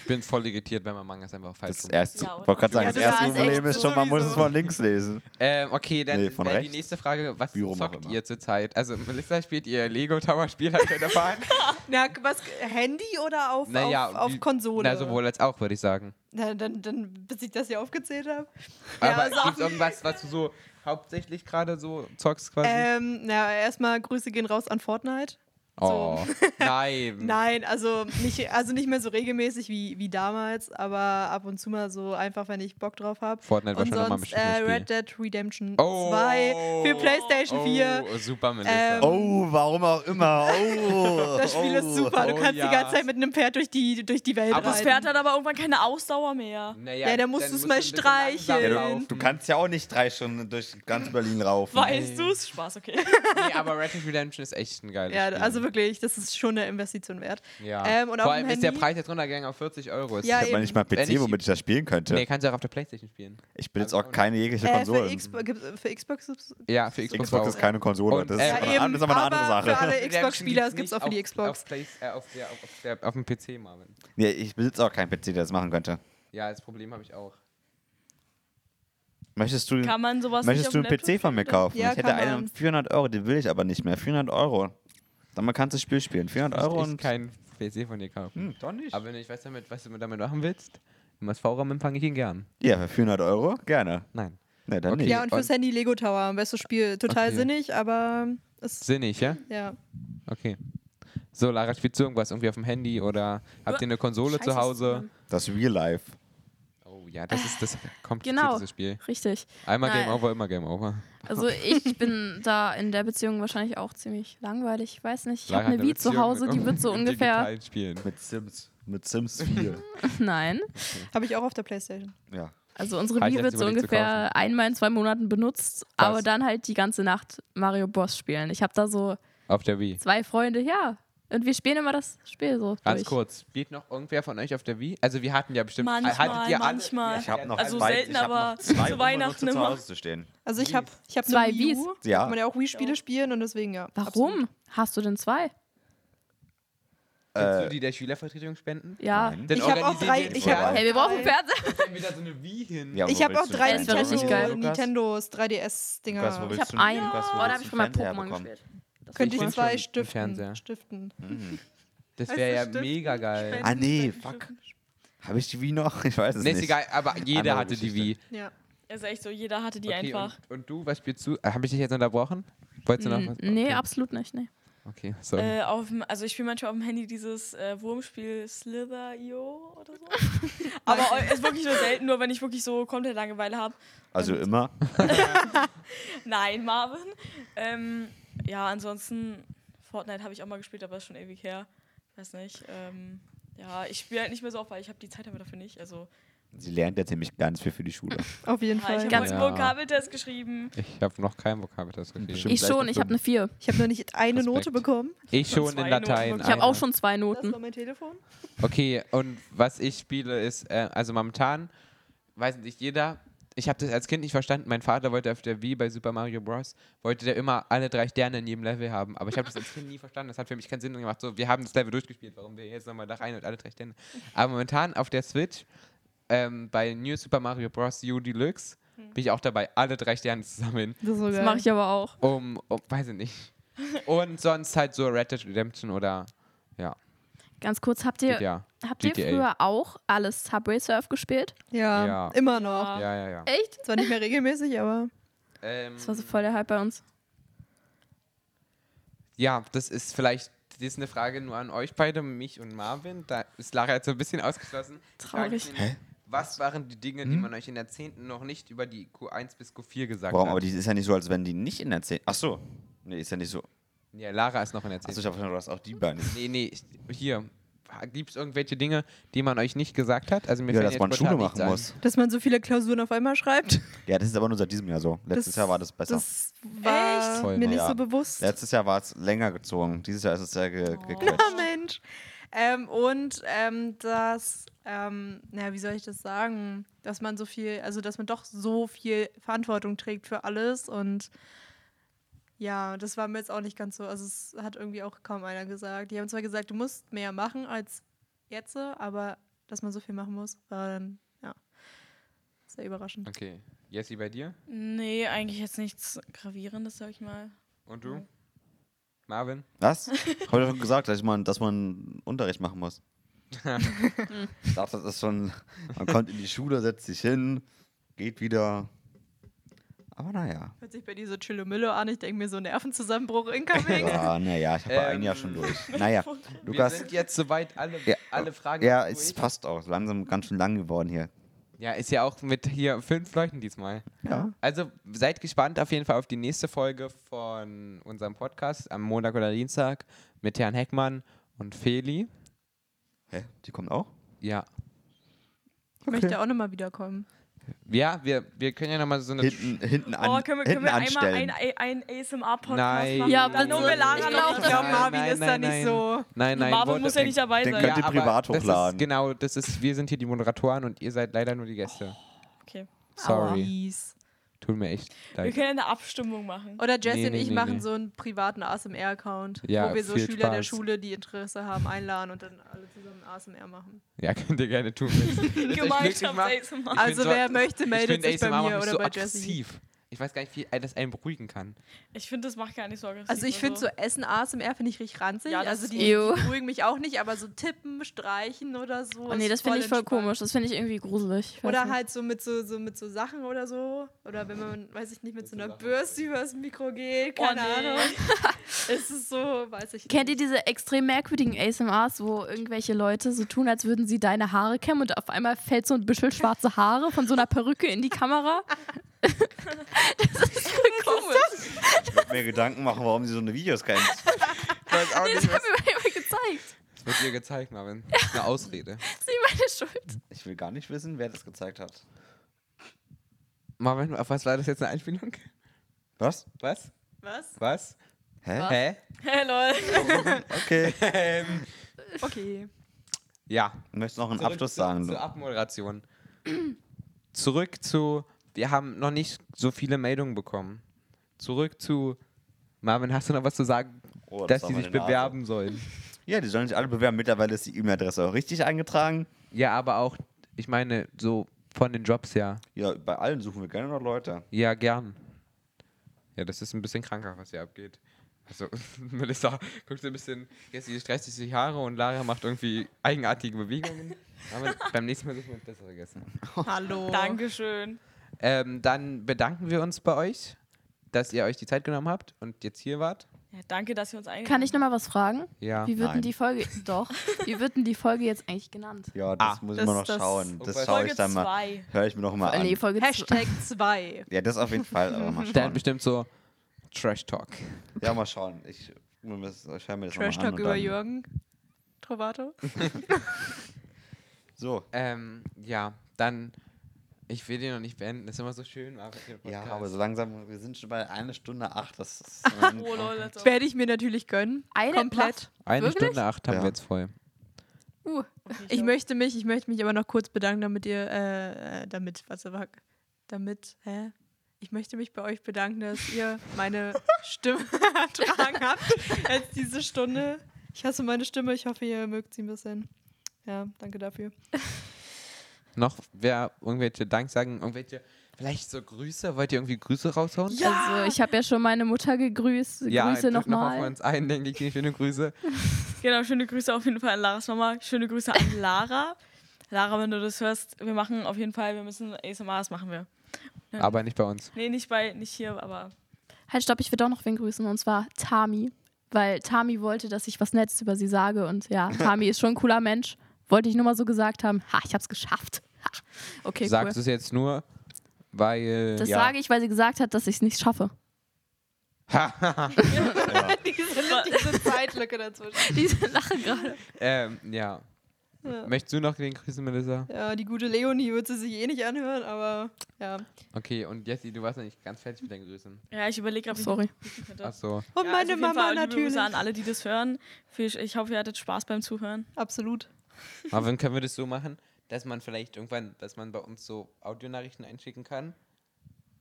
A: Ich bin voll irritiert, wenn man Mangas einfach falsch
B: Das
A: rum-
B: erste,
E: Ja, oder?
B: wollte gerade sagen,
D: Ja,
B: das
D: das
B: erste
D: war es
B: Problem
D: echt
B: ist schon, man muss es
D: sowieso.
B: von links lesen.
A: Ähm, okay, dann
B: Nee, von
A: wäre die
B: rechts.
A: nächste Frage, was
B: Wie rum auch
A: zockt
B: immer.
A: ihr zurzeit? Also Melissa spielt ihr Lego Tower Spiel, hat ihr erfahren?
D: Na, was, Handy oder auf,
A: Naja,
D: auf, auf
A: wie-
D: Konsole?
A: Na, sowohl als auch, würde ich sagen.
D: Na, dann, dann, bis ich das hier aufgezählt habe.
A: Aber
D: so-
A: gibt irgendwas, was du so hauptsächlich gerade so zockst quasi?
D: Ähm, na, erstmal Grüße gehen raus an Fortnite.
A: oh, nein.
D: Nein, also nicht, also nicht mehr so regelmäßig wie, wie damals, aber ab und zu mal so einfach, wenn ich Bock drauf habe.
A: Fortnite war
D: Und
A: schon nochmal ein
D: sonst
A: bestimmtes
D: äh,
A: Spiel.
D: Red Dead Redemption
A: Oh.
D: 2 für PlayStation 4.
A: Oh, super Melissa.
D: Ähm,
B: Oh, warum auch immer. Oh,
D: Das Spiel
B: oh.
D: ist super. Du
A: Oh
D: kannst
A: ja.
D: die ganze Zeit mit einem Pferd durch die, durch die Welt
A: Aber
E: Das
A: Reiten.
E: Pferd hat aber irgendwann keine Ausdauer mehr.
A: Naja,
D: ja, dann musst du's
A: musst
D: mal
A: ein bisschen langsam
D: streicheln.
B: Ja, du,
A: laufen.
B: du kannst ja auch nicht drei Stunden durch ganz Berlin raufen.
E: Weißt du es? Spaß, okay.
A: Nee, aber Red Dead Redemption ist echt ein geiles
D: Ja,
A: Spiel.
D: also wirklich, das ist schon eine Investition wert.
A: ja.
D: ähm, und auf
A: Vor allem
D: dem
A: ist der
D: Handy-
A: Preis jetzt runtergegangen auf 40 Euro. Ist
D: Ja,
A: ja,
B: Ich habe nicht mal
A: Wenn ich-
B: PC, womit ich Also das spielen könnte.
A: nee, kannst du auch auf der Playstation spielen.
B: Ich besitze auch keine jegliche
D: Äh, für,
B: Konsole.
D: Xbox, gibt's- für Xbox gibt's-
A: Ja, für Xbox,
B: Xbox ist
A: auch.
B: keine Konsole.
A: Und,
B: das
A: äh,
B: ist,
A: Ja,
B: aber eine an-
D: eben,
B: das ist aber eine andere
D: aber für
B: Sache.
D: alle-
A: Redemption
D: Xbox-Spieler,
A: gibt's
D: es gibt's
A: nicht
D: auch für die Xbox.
A: Auf, Play, äh, auf, der, auf, auf, der, auf dem PC, Marvin.
B: Nee, ich besitze auch keinen PC, der das machen könnte.
A: Ja, das Problem habe ich auch.
B: Möchtest du,
E: Kann man sowas
B: möchtest du
E: nicht auf
B: einen
E: dem Laptop
B: PC von mir
E: spielen?
B: kaufen?
D: Ja,
B: ich hätte
D: kann
B: einen
D: man.
B: um 400 Euro, den will ich aber nicht mehr. 400 Euro. Dann kannst du das Spiel spielen. 400 Euro
A: ich
B: und...
A: keinen PC von dir kaufen.
B: Hm, doch nicht.
A: Aber wenn ich weiß, damit, was du damit machen willst, im SV-Raum empfange ich ihn gern.
B: Ja, für 400 Euro? Gerne.
A: Nein.
B: Ne, dann
A: Okay.
B: nicht.
D: Ja, und fürs Handy Lego Tower. Bestes Spiel. Total
A: Okay.
D: sinnig, aber ist,
A: Sinnig, ja?
D: ja.
A: Okay. So, Lara, spielst du irgendwas irgendwie auf dem Handy oder habt ihr eine Konsole
C: Scheiße,
A: zu Hause?
B: Das Real Life.
A: Oh ja, das ist das komplizierteste
C: Genau.
A: Spiel.
C: Richtig.
A: Einmal
C: Nein.
A: Game Over, immer Game Over.
C: Also ich bin da in der Beziehung wahrscheinlich auch ziemlich langweilig. Ich weiß nicht. Ich habe
A: Lara
C: eine
A: hat
C: Wii zu
A: Beziehung
C: Hause,
A: mit
C: die wird so
A: irgendwelchen
C: ungefähr.
A: digitalen Spielen.
B: Mit Sims. Mit Sims 4.
C: Nein.
D: Habe ich auch auf der Playstation.
B: ja.
C: Also unsere
A: Hab ich
C: Wii
A: letztens
C: wird so
A: überlegt zu
C: ungefähr einmal in zwei Monaten benutzt, aber dann halt die ganze Nacht Mario Bros spielen. Ich habe da so
A: Auf der Wii.
C: zwei Freunde, ja. Und wir spielen immer das Spiel so.
A: Ganz
C: durch.
A: kurz, spielt noch irgendwer von euch auf der Wii? Also wir hatten ja bestimmt...
E: Manchmal,
A: hattet ihr alle-
E: manchmal.
A: Ich
B: Ich
A: hab
B: habe
A: noch
B: noch
E: Also
A: zwei-
B: zwei,
E: selten, ich hab noch aber zwei zu unbenutzte Weihnachten zu
B: zu
E: immer.
B: Hause
E: Hause
B: zu stehen.
D: Also ich habe ich hab
C: Zwei
D: eine Wii U.
C: Wiis.
D: Ja.
B: Ja.
D: Kann man ja auch Wii-Spiele spielen und deswegen ja.
C: Warum? Hast du denn zwei?
A: Kannst
B: Äh,
A: du die der Schülervertretung spenden?
C: Ja.
B: Nein.
A: Dann
D: Ich hab auch
A: organisieren
D: drei-
A: wir
D: ich
A: den
B: hab auch-
C: Hey, wir brauchen einen
D: Drei.
C: Fernseher.
A: Vorrat. Dann wieder so eine Wii hin.
B: Ja,
D: Ich
B: wo
D: habe auch
B: willst du
D: drei
B: denn
C: Das wäre richtig geil.
D: Nintendo,
B: Lukas?
D: Nintendos,
B: Lukas, wo
D: 3DS-Dinger.
B: willst
C: Ich habe
B: du denn-
C: einen.
B: Lukas, wo
C: Oh,
B: willst
C: da
B: du
C: habe ich
B: einen
C: schon mal
B: Fernseher
C: Pokémon
B: bekommen?
C: gespielt. Das
D: Könnte ich
C: war-
A: Stimmt,
D: zwei
A: stimmt. Im
D: stiften.
A: Fernseher.
D: stiften.
A: Das
E: Weißt
A: wäre
E: du,
A: ja
E: Stiften,
A: mega geil.
E: Spenden.
B: Ah, nee, fuck. Habe ich die Wii noch? Ich weiß es
A: Nee, ist
B: nicht.
A: egal, aber jeder
B: Andere
A: hatte die
B: Geschichte.
A: Wii.
D: Ja.
E: Also echt so, jeder hatte die
A: Okay,
E: einfach.
A: Und, und du, was spielst du? Habe ich dich jetzt unterbrochen? Wolltest du noch was?
C: Hm. Nee,
A: okay.
C: absolut nicht. Nee.
A: Okay, sorry.
E: Äh, auf, dem- also ich spiele manchmal auf dem Handy dieses äh, Wurmspiel Slither.io oder so. Aber eu- ist wirklich nur selten, nur wenn ich wirklich so komplett Langeweile habe.
B: Also immer.
E: Nein, Marvin. Ähm, ja, ansonsten, Fortnite habe ich auch mal gespielt, aber ist schon ewig her. Ich weiß nicht. Ähm, ja, ich spiele halt nicht mehr so oft, weil ich habe die Zeit aber dafür nicht. Also,
B: Sie lernt jetzt nämlich ganz viel für die Schule.
D: Auf jeden
E: ja, Ah, ich
D: Fall.
E: habe heute
A: Ja.
E: einen Vokabeltest geschrieben.
A: ich habe noch kein Vokabeltest geschrieben.
B: Bestimmt.
C: Ich
B: gleich
C: schon,
B: mit
C: ich habe eine
B: fünf.
C: vier.
D: Ich habe noch nicht eine
A: Respekt.
D: Note bekommen.
A: Ich schon in
E: zwei
A: Latein.
E: Noten.
C: Ich habe
A: eine.
C: auch schon zwei
D: Das
C: Noten.
D: war mein Telefon.
A: Okay, und was ich spiele ist, äh, also momentan, weiß nicht jeder, ich habe das als Kind nicht verstanden, mein Vater wollte auf der Wii bei Super Mario Bros., wollte der immer alle drei Sterne in jedem Level haben, aber ich habe das als Kind nie verstanden, das hat für mich keinen Sinn gemacht, so, wir haben das Level durchgespielt, warum wir jetzt nochmal nach ein und alle drei Sterne. Aber momentan auf der Switch, ähm, bei New Super Mario Bros. U Deluxe,
C: Hm.
A: bin ich auch dabei, alle drei Sterne zu sammeln,
D: Das, ist so
C: Das
D: geil.
C: mache ich aber auch.
A: um, um, weiß ich nicht. Und sonst halt so Red Dead Redemption oder,
C: Ganz kurz, habt ihr,
A: ja.
C: habt ihr
A: GTA.
C: früher auch alles Subway Surf gespielt?
D: Ja,
A: Ja.
D: immer noch.
E: Ja.
A: Ja, ja, ja.
C: Echt?
D: Zwar nicht mehr regelmäßig, aber
A: Ähm,
C: Äh, Das war so voll der Hype bei uns.
A: Ja, das ist vielleicht das ist eine Frage nur an euch beide, mich und Marvin. Da ist Lara jetzt so ein bisschen ausgeschlossen. Die Frage ist
C: Traurig.
A: nämlich, Was waren die Dinge, die man euch in der 10. noch nicht über die Q1 bis Q4 gesagt
B: Warum? Aber
A: hat?
B: die ist ja nicht so, als wenn die nicht in der 10. Ach so. Nee, ist ja nicht so.
A: ja, Lara ist noch in der 10.
B: Achso, ich habe verstanden, du hast auch die beiden.
A: nee, nee, ich, hier. Gibt es irgendwelche Dinge, die man euch nicht gesagt hat? Also mir
B: Ja,
A: fällt
B: dass
A: jetzt
B: man Schule
A: spontan nichts
B: machen
A: ein.
B: muss.
D: dass man so viele Klausuren auf einmal schreibt,
B: Ja, das ist aber nur seit diesem Jahr so. Letztes
D: Das-
B: Jahr war das besser.
D: das war
A: Echt? Voll
D: mir
A: neu,
D: nicht
B: ja.
D: so bewusst.
B: Letztes Jahr war es länger gezogen. Dieses Jahr ist es sehr ge gequetscht.
D: Oh Mensch. Ähm, und ähm, dass, ähm, na, wie soll ich das sagen, dass man so viel, also dass man doch so viel Verantwortung trägt für alles und ja, das war mir jetzt auch nicht ganz so, also es hat irgendwie auch kaum einer gesagt. Die haben zwar gesagt, du musst mehr machen als jetzt, aber dass man so viel machen muss, war dann, ja, sehr überraschend.
A: Okay. Jessie, bei dir?
E: Nee, eigentlich jetzt nichts Gravierendes, sag ich mal.
A: Und du? Marvin?
B: Was? Hab ich doch schon gesagt, dass man, dass man Unterricht machen muss. ich dachte, das ist schon. Man kommt in die Schule, setzt sich hin, geht wieder. Aber naja.
D: Hört sich bei dir so Chillomillo an, ich denke mir so Nervenzusammenbruch in Kaming.
B: Ja, naja, ich habe ein Jahr
A: Ähm.
B: schon durch. Naja,
A: Wir
B: Lukas.
A: sind jetzt soweit alle,
B: Ja,
A: alle Fragen.
B: Ja,
A: durch.
B: es passt auch. Langsam ganz schön lang geworden hier.
A: ja, ist ja auch mit hier fünf Leuten diesmal.
B: Ja.
A: Also seid gespannt auf jeden Fall auf die nächste Folge von unserem Podcast am Montag oder Dienstag mit Herrn Heckmann und Feli.
B: Hä? Die kommen auch?
A: Ja.
D: Ich möchte auch nochmal wiederkommen.
A: Ja, wir, wir können ja nochmal so eine.
B: Hinten, hinten an.
E: oh, können wir,
B: hinten
E: können wir einmal
B: anstellen.
E: ein, ein ASMR-Podcast
A: Nein.
E: machen?
A: Ja,
E: dann
C: bitte.
E: nur mit Lara
C: Ich glaub,
E: noch dazu.
A: das- Nein,
D: Marvin
A: nein,
D: ist da
A: nein,
D: nicht
A: nein.
D: so.
A: Nein, nein.
E: Marvin
A: wollt-
E: muss ja nicht dabei
B: Den
E: sein.
B: könnt ihr
A: aber
B: privat
A: das
B: hochladen.
A: Ist, genau, das ist, wir sind hier die Moderatoren und ihr seid leider nur die Gäste.
E: Okay.
A: Sorry.
D: Mies.
A: Tut mir echt
E: Wir
A: leid.
E: können eine Abstimmung machen.
D: Oder Jesse
A: Nee,
D: und
A: nee,
D: ich
A: nee,
D: machen
A: nee.
D: so einen privaten ASMR-Account,
A: Ja,
D: wo wir so
A: viel
D: Schüler der
A: Spaß.
D: Schule, die Interesse haben, einladen und dann alle zusammen ASMR machen.
A: Ja, könnt ihr gerne tun. wenn's- wenn's euch glücklich macht.
E: Gemeinschafts-ASMR.
A: Ich bin
D: Also
A: so-
D: wer möchte, meldet
A: ich
D: sich
A: finde ASMR
D: bei mir
A: macht mich
D: oder
A: so
D: bei Jesse.
A: aggressiv. Ich weiß gar nicht, wie also, das einen beruhigen kann.
E: Ich finde, das macht gar nicht so aggressiv.
D: Also ich finde so Essen ASMR finde ich richtig ranzig.
E: Ja, das
D: also
E: ist
D: die, die
C: ew.
D: beruhigen mich auch nicht, aber so tippen, streichen oder so.
C: Oh nee,
D: ist
C: das finde ich voll
D: entspannt.
C: komisch. Das finde ich irgendwie gruselig. Ich weiß
D: Oder
C: nicht.
D: halt so mit so, so mit so Sachen oder so. Oder wenn man, weiß ich nicht, mit so
A: so
D: einer
A: Sachen.
D: Bürste übers Mikro geht,
E: Oh,
D: keine
E: nee.
D: Ahnung. Ist es so, weiß ich
C: Kennt ihr
D: nicht.
C: diese extrem merkwürdigen ASMRs, wo irgendwelche Leute so tun, als würden sie deine Haare kämmen und auf einmal fällt so ein Büschel schwarze Haare von so einer Perücke in die Kamera? das ist voll komisch.
B: Ich würd mir Gedanken machen, warum sie so eine Videos kennt.
A: Ich weiß auch
C: Nee, das haben wir immer gezeigt.
A: Das wird dir gezeigt, Marvin. Das ist eine Ausrede.
C: Das ist nicht meine Schuld.
B: Ich will gar nicht wissen, wer das gezeigt hat.
A: Marvin, auf was war das jetzt eine Einspielung?
B: Was?
A: Was?
D: Was?
A: Was?
B: Hä?
A: Hä?
E: Hey, lol.
B: Okay.
A: Ähm,
D: Okay.
A: ja.
B: Ich möchte noch einen
A: Zurück
B: Abschluss
A: zu-
B: sagen.
A: Zur Abmoderation. Zurück zu. Wir haben noch nicht so viele Meldungen bekommen. Zurück zu. Marvin, hast du noch was zu sagen,
B: Oh, das
A: dass
B: war
A: die
B: meine
A: sich
B: Nase.
A: bewerben sollen?
B: Ja, die sollen sich alle bewerben. Mittlerweile ist die E-Mail-Adresse auch richtig eingetragen.
A: Ja, aber auch, ich meine, so von den Jobs her.
B: Ja, bei allen suchen wir gerne noch Leute.
A: Ja, gern. Ja, das ist ein bisschen kranker, was hier abgeht. Also, Melissa guckt so ein bisschen, jetzt sie stresst sich die Haare und Lara macht irgendwie eigenartige Bewegungen. Aber beim nächsten Mal suchen wir uns bessere Gäste.
B: Oh.
D: Hallo.
E: Dankeschön.
A: Ähm, dann bedanken wir uns bei euch, dass ihr euch die Zeit genommen habt und jetzt hier wart.
E: Ja, danke, dass ihr uns eingeladen
C: Kann ich nochmal was fragen?
A: Ja.
C: Wie wird
B: Nein.
C: denn die Folge. Doch. Wie wird denn die Folge jetzt eigentlich genannt?
B: Ja,
A: Ah.
B: das muss
D: Das-
B: ich mal noch
D: das-
B: schauen.
A: Oh,
B: Das
A: bei
B: schaue
E: Folge
B: ich dann mal.
E: 2.
B: Höre ich mir noch mal
C: Äh, Nee,
B: an.
C: Folge zwei.
D: Hashtag 2.
B: Ja, das auf jeden Fall. Aber mal
A: Dann
B: schauen.
A: bestimmt so Trash Talk.
B: Ja, mal schauen. Ich, wir müssen- ich höre mir das
D: Trash
B: nochmal an.
D: Talk
B: und
D: über
B: dann-
D: Jürgen Trovato.
B: So.
A: Ähm, ja, dann, ich will den noch nicht beenden, das ist immer so schön. Aber hier im
B: Ja,
A: Podcast.
B: aber so langsam, wir sind schon bei einer Stunde acht. Das ist
E: Oh, lol, let's go.
D: Werde ich mir natürlich gönnen.
C: Eine-
D: Komplett.
A: Eine
C: Wirklich?
A: Stunde acht haben
B: Ja.
A: wir jetzt voll.
C: Uh,
D: Ich möchte mich, ich möchte mich aber noch kurz bedanken, damit ihr, äh, äh, damit, was war, damit, hä? Ich möchte mich bei euch bedanken, dass ihr meine Stimme ertragen habt jetzt diese Stunde. Ich hasse meine Stimme, ich hoffe, ihr mögt sie ein bisschen. Ja, danke dafür.
A: Noch wer irgendwelche Dank sagen, irgendwelche, vielleicht so Grüße, wollt ihr irgendwie Grüße raushauen?
C: Also, ich habe ja schon meine Mutter gegrüßt. Grüße
A: drückt noch mal
C: nochmal.
A: auf uns ein, denke ich, schöne Grüße.
E: Genau, schöne Grüße auf jeden Fall an Laras Mama. Schöne Grüße an Lara. Lara, wenn du das hörst, wir machen auf jeden Fall, wir müssen ASMRs machen wir.
A: Aber nicht bei uns.
E: Nee, nicht bei, nicht hier, aber
C: Halt, stopp, ich will doch noch wen grüßen und zwar Tami. Weil Tami wollte, dass ich was Nettes über sie sage und ja, Tami ist schon ein cooler Mensch. Wollte ich nur mal so gesagt haben. Ha, ich hab's geschafft. Ha. Okay,
A: Sagst du
C: cool.
A: es jetzt nur, weil.
C: Das
B: ja.
C: sage ich, weil sie gesagt hat, dass ich es nicht schaffe.
D: Diese, diese Zeitlücke dazwischen.
C: Diese Lache gerade.
A: ähm, ja.
D: Ja.
A: Möchtest du noch den grüßen, Melissa?
D: Ja, die gute Leonie wird sie sich eh nicht anhören, aber ja.
A: Okay, und Jessie, du warst noch nicht ganz fertig mit deinen Grüßen.
E: ja, ich überlege,
B: Mhm.
E: ob ich
C: Sorry.
E: noch könnte.
A: Achso.
D: Und
E: Ja,
D: meine
E: also auf jeden
D: Mama
E: Fall liebe
D: natürlich.
E: Grüße an alle, die das hören. Viel- Ich hoffe, ihr hattet Spaß beim Zuhören.
D: Absolut.
A: Marvin, können wir das so machen, dass man vielleicht irgendwann, dass man bei uns so Audionachrichten einschicken kann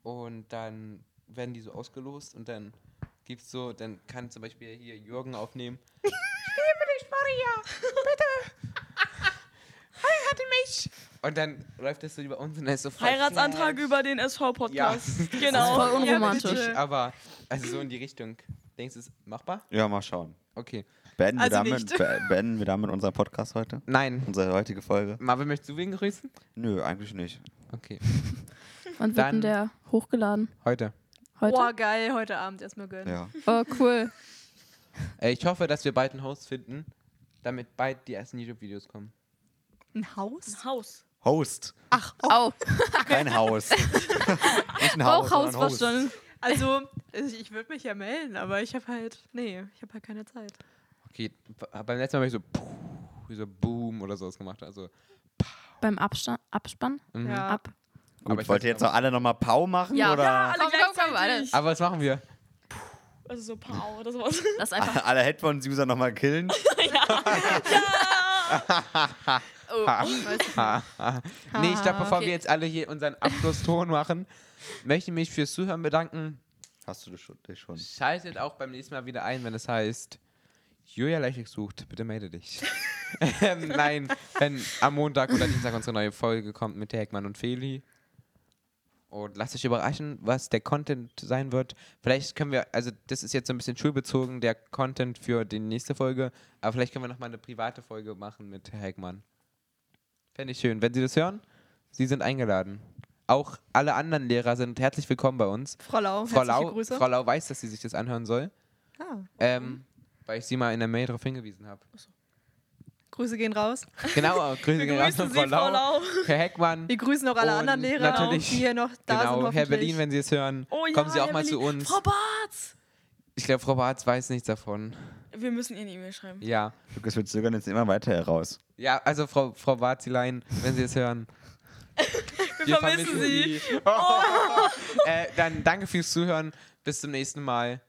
A: und dann werden die so ausgelost und dann gibt's so, dann kann zum Beispiel hier Jürgen aufnehmen. Ich liebe dich, Maria! Bitte! mich! Und dann läuft das so über uns und dann ist so voll
E: Heiratsantrag
A: flash.
E: über den SV-Podcast. Genau.
C: voll
E: Ja,
C: unromantisch.
E: bitte.
A: Nicht, aber also so in die Richtung. Denkst du, es ist machbar?
B: Ja, mal schauen.
A: Okay.
B: Beenden,
E: Also
B: wir damit,
E: nicht.
B: be beenden wir damit unseren Podcast heute?
A: Nein.
B: Unsere heutige Folge?
A: Marvin, möchtest du wen grüßen?
B: Nö, eigentlich nicht.
A: Okay.
C: Wann wird
A: Dann-
C: denn der hochgeladen?
A: Heute.
C: Heute?
D: Boah, geil, heute Abend erstmal gönnen.
B: Ja.
C: Oh, cool.
A: Äh, ich hoffe, dass wir bald einen Host finden, damit bald die ersten YouTube-Videos kommen.
D: Ein Haus?
E: Ein Haus.
B: Host.
C: Ach, au.
B: Kein Haus. nicht ein Haus,
C: Bauchhaus
B: sondern Host.
C: verstanden.
D: Also, ich, ich würde mich ja melden, aber ich habe halt, nee, ich habe halt keine Zeit.
A: Okay. b- Beim letzten Mal habe ich so, puh, so Boom oder sowas gemacht. Also,
C: Beim Abstand, Abspann?
A: mhm.
D: Ja.
C: Ab.
B: Gut,
A: Aber ich
B: wollt
A: weiß
B: ihr jetzt noch alle nochmal Pau machen?
C: Ja.
B: Oder?
E: Ja, alle
C: Komm, komm, komm,
E: gleichzeitig.
A: Aber was machen wir?
E: Also so Pau oder sowas.
C: Das ist einfach.
B: alle Headphones-User nochmal killen?
A: nee, ich glaube, bevor
C: okay.
A: wir jetzt alle hier unseren Abschlusston machen, möchte ich mich fürs Zuhören bedanken.
B: Hast du dich schon? Dich schon.
A: Schaltet auch beim nächsten Mal wieder ein, wenn es heißt, Julia Leichig sucht, bitte melde dich. ähm, nein, wenn am Montag oder Dienstag unsere neue Folge kommt mit Heckmann und Feli. Und lasst euch überraschen, was der Content sein wird. Vielleicht können wir, also das ist jetzt so ein bisschen schulbezogen, der Content für die nächste Folge, aber vielleicht können wir nochmal eine private Folge machen mit Herr Heckmann. Fände ich schön. Wenn Sie das hören, Sie sind eingeladen. Auch alle anderen Lehrer sind herzlich willkommen bei uns.
D: Frau Lau,
A: Frau
D: herzliche
A: Lau,
D: Grüße.
A: Frau Lau weiß, dass sie sich das anhören soll.
D: Ah.
A: Ähm, weil ich sie mal in der Mail darauf hingewiesen habe.
D: Grüße gehen raus.
A: Genau, Grüße gehen raus
E: Grüßen
A: an
E: Sie,
A: Frau Lau,
E: Lau.
A: Herr Heckmann.
D: Wir grüßen auch alle
A: Und
D: anderen Lehrer,
A: natürlich-
D: die hier noch da sind.
A: genau, Herr
D: hoffentlich.
A: Berlin, wenn Sie es hören,
E: Oh ja,
A: kommen Sie auch
E: Herr
A: mal zu
E: Berlin.
A: uns.
E: Frau Bartz.
A: ich glaube, Frau Barth weiß nichts davon.
E: Wir müssen ihr eine E-Mail schreiben.
A: Ja,
B: Lukas, wir zögern jetzt immer weiter heraus.
A: ja also Frau, Frau Barzilein, wenn Sie es hören. Wir,
E: vermissen Sie. Oh.
A: äh, dann danke fürs Zuhören. Bis zum nächsten Mal.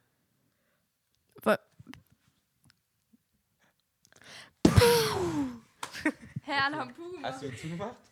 C: Herr Lampuma.
A: du zugemacht?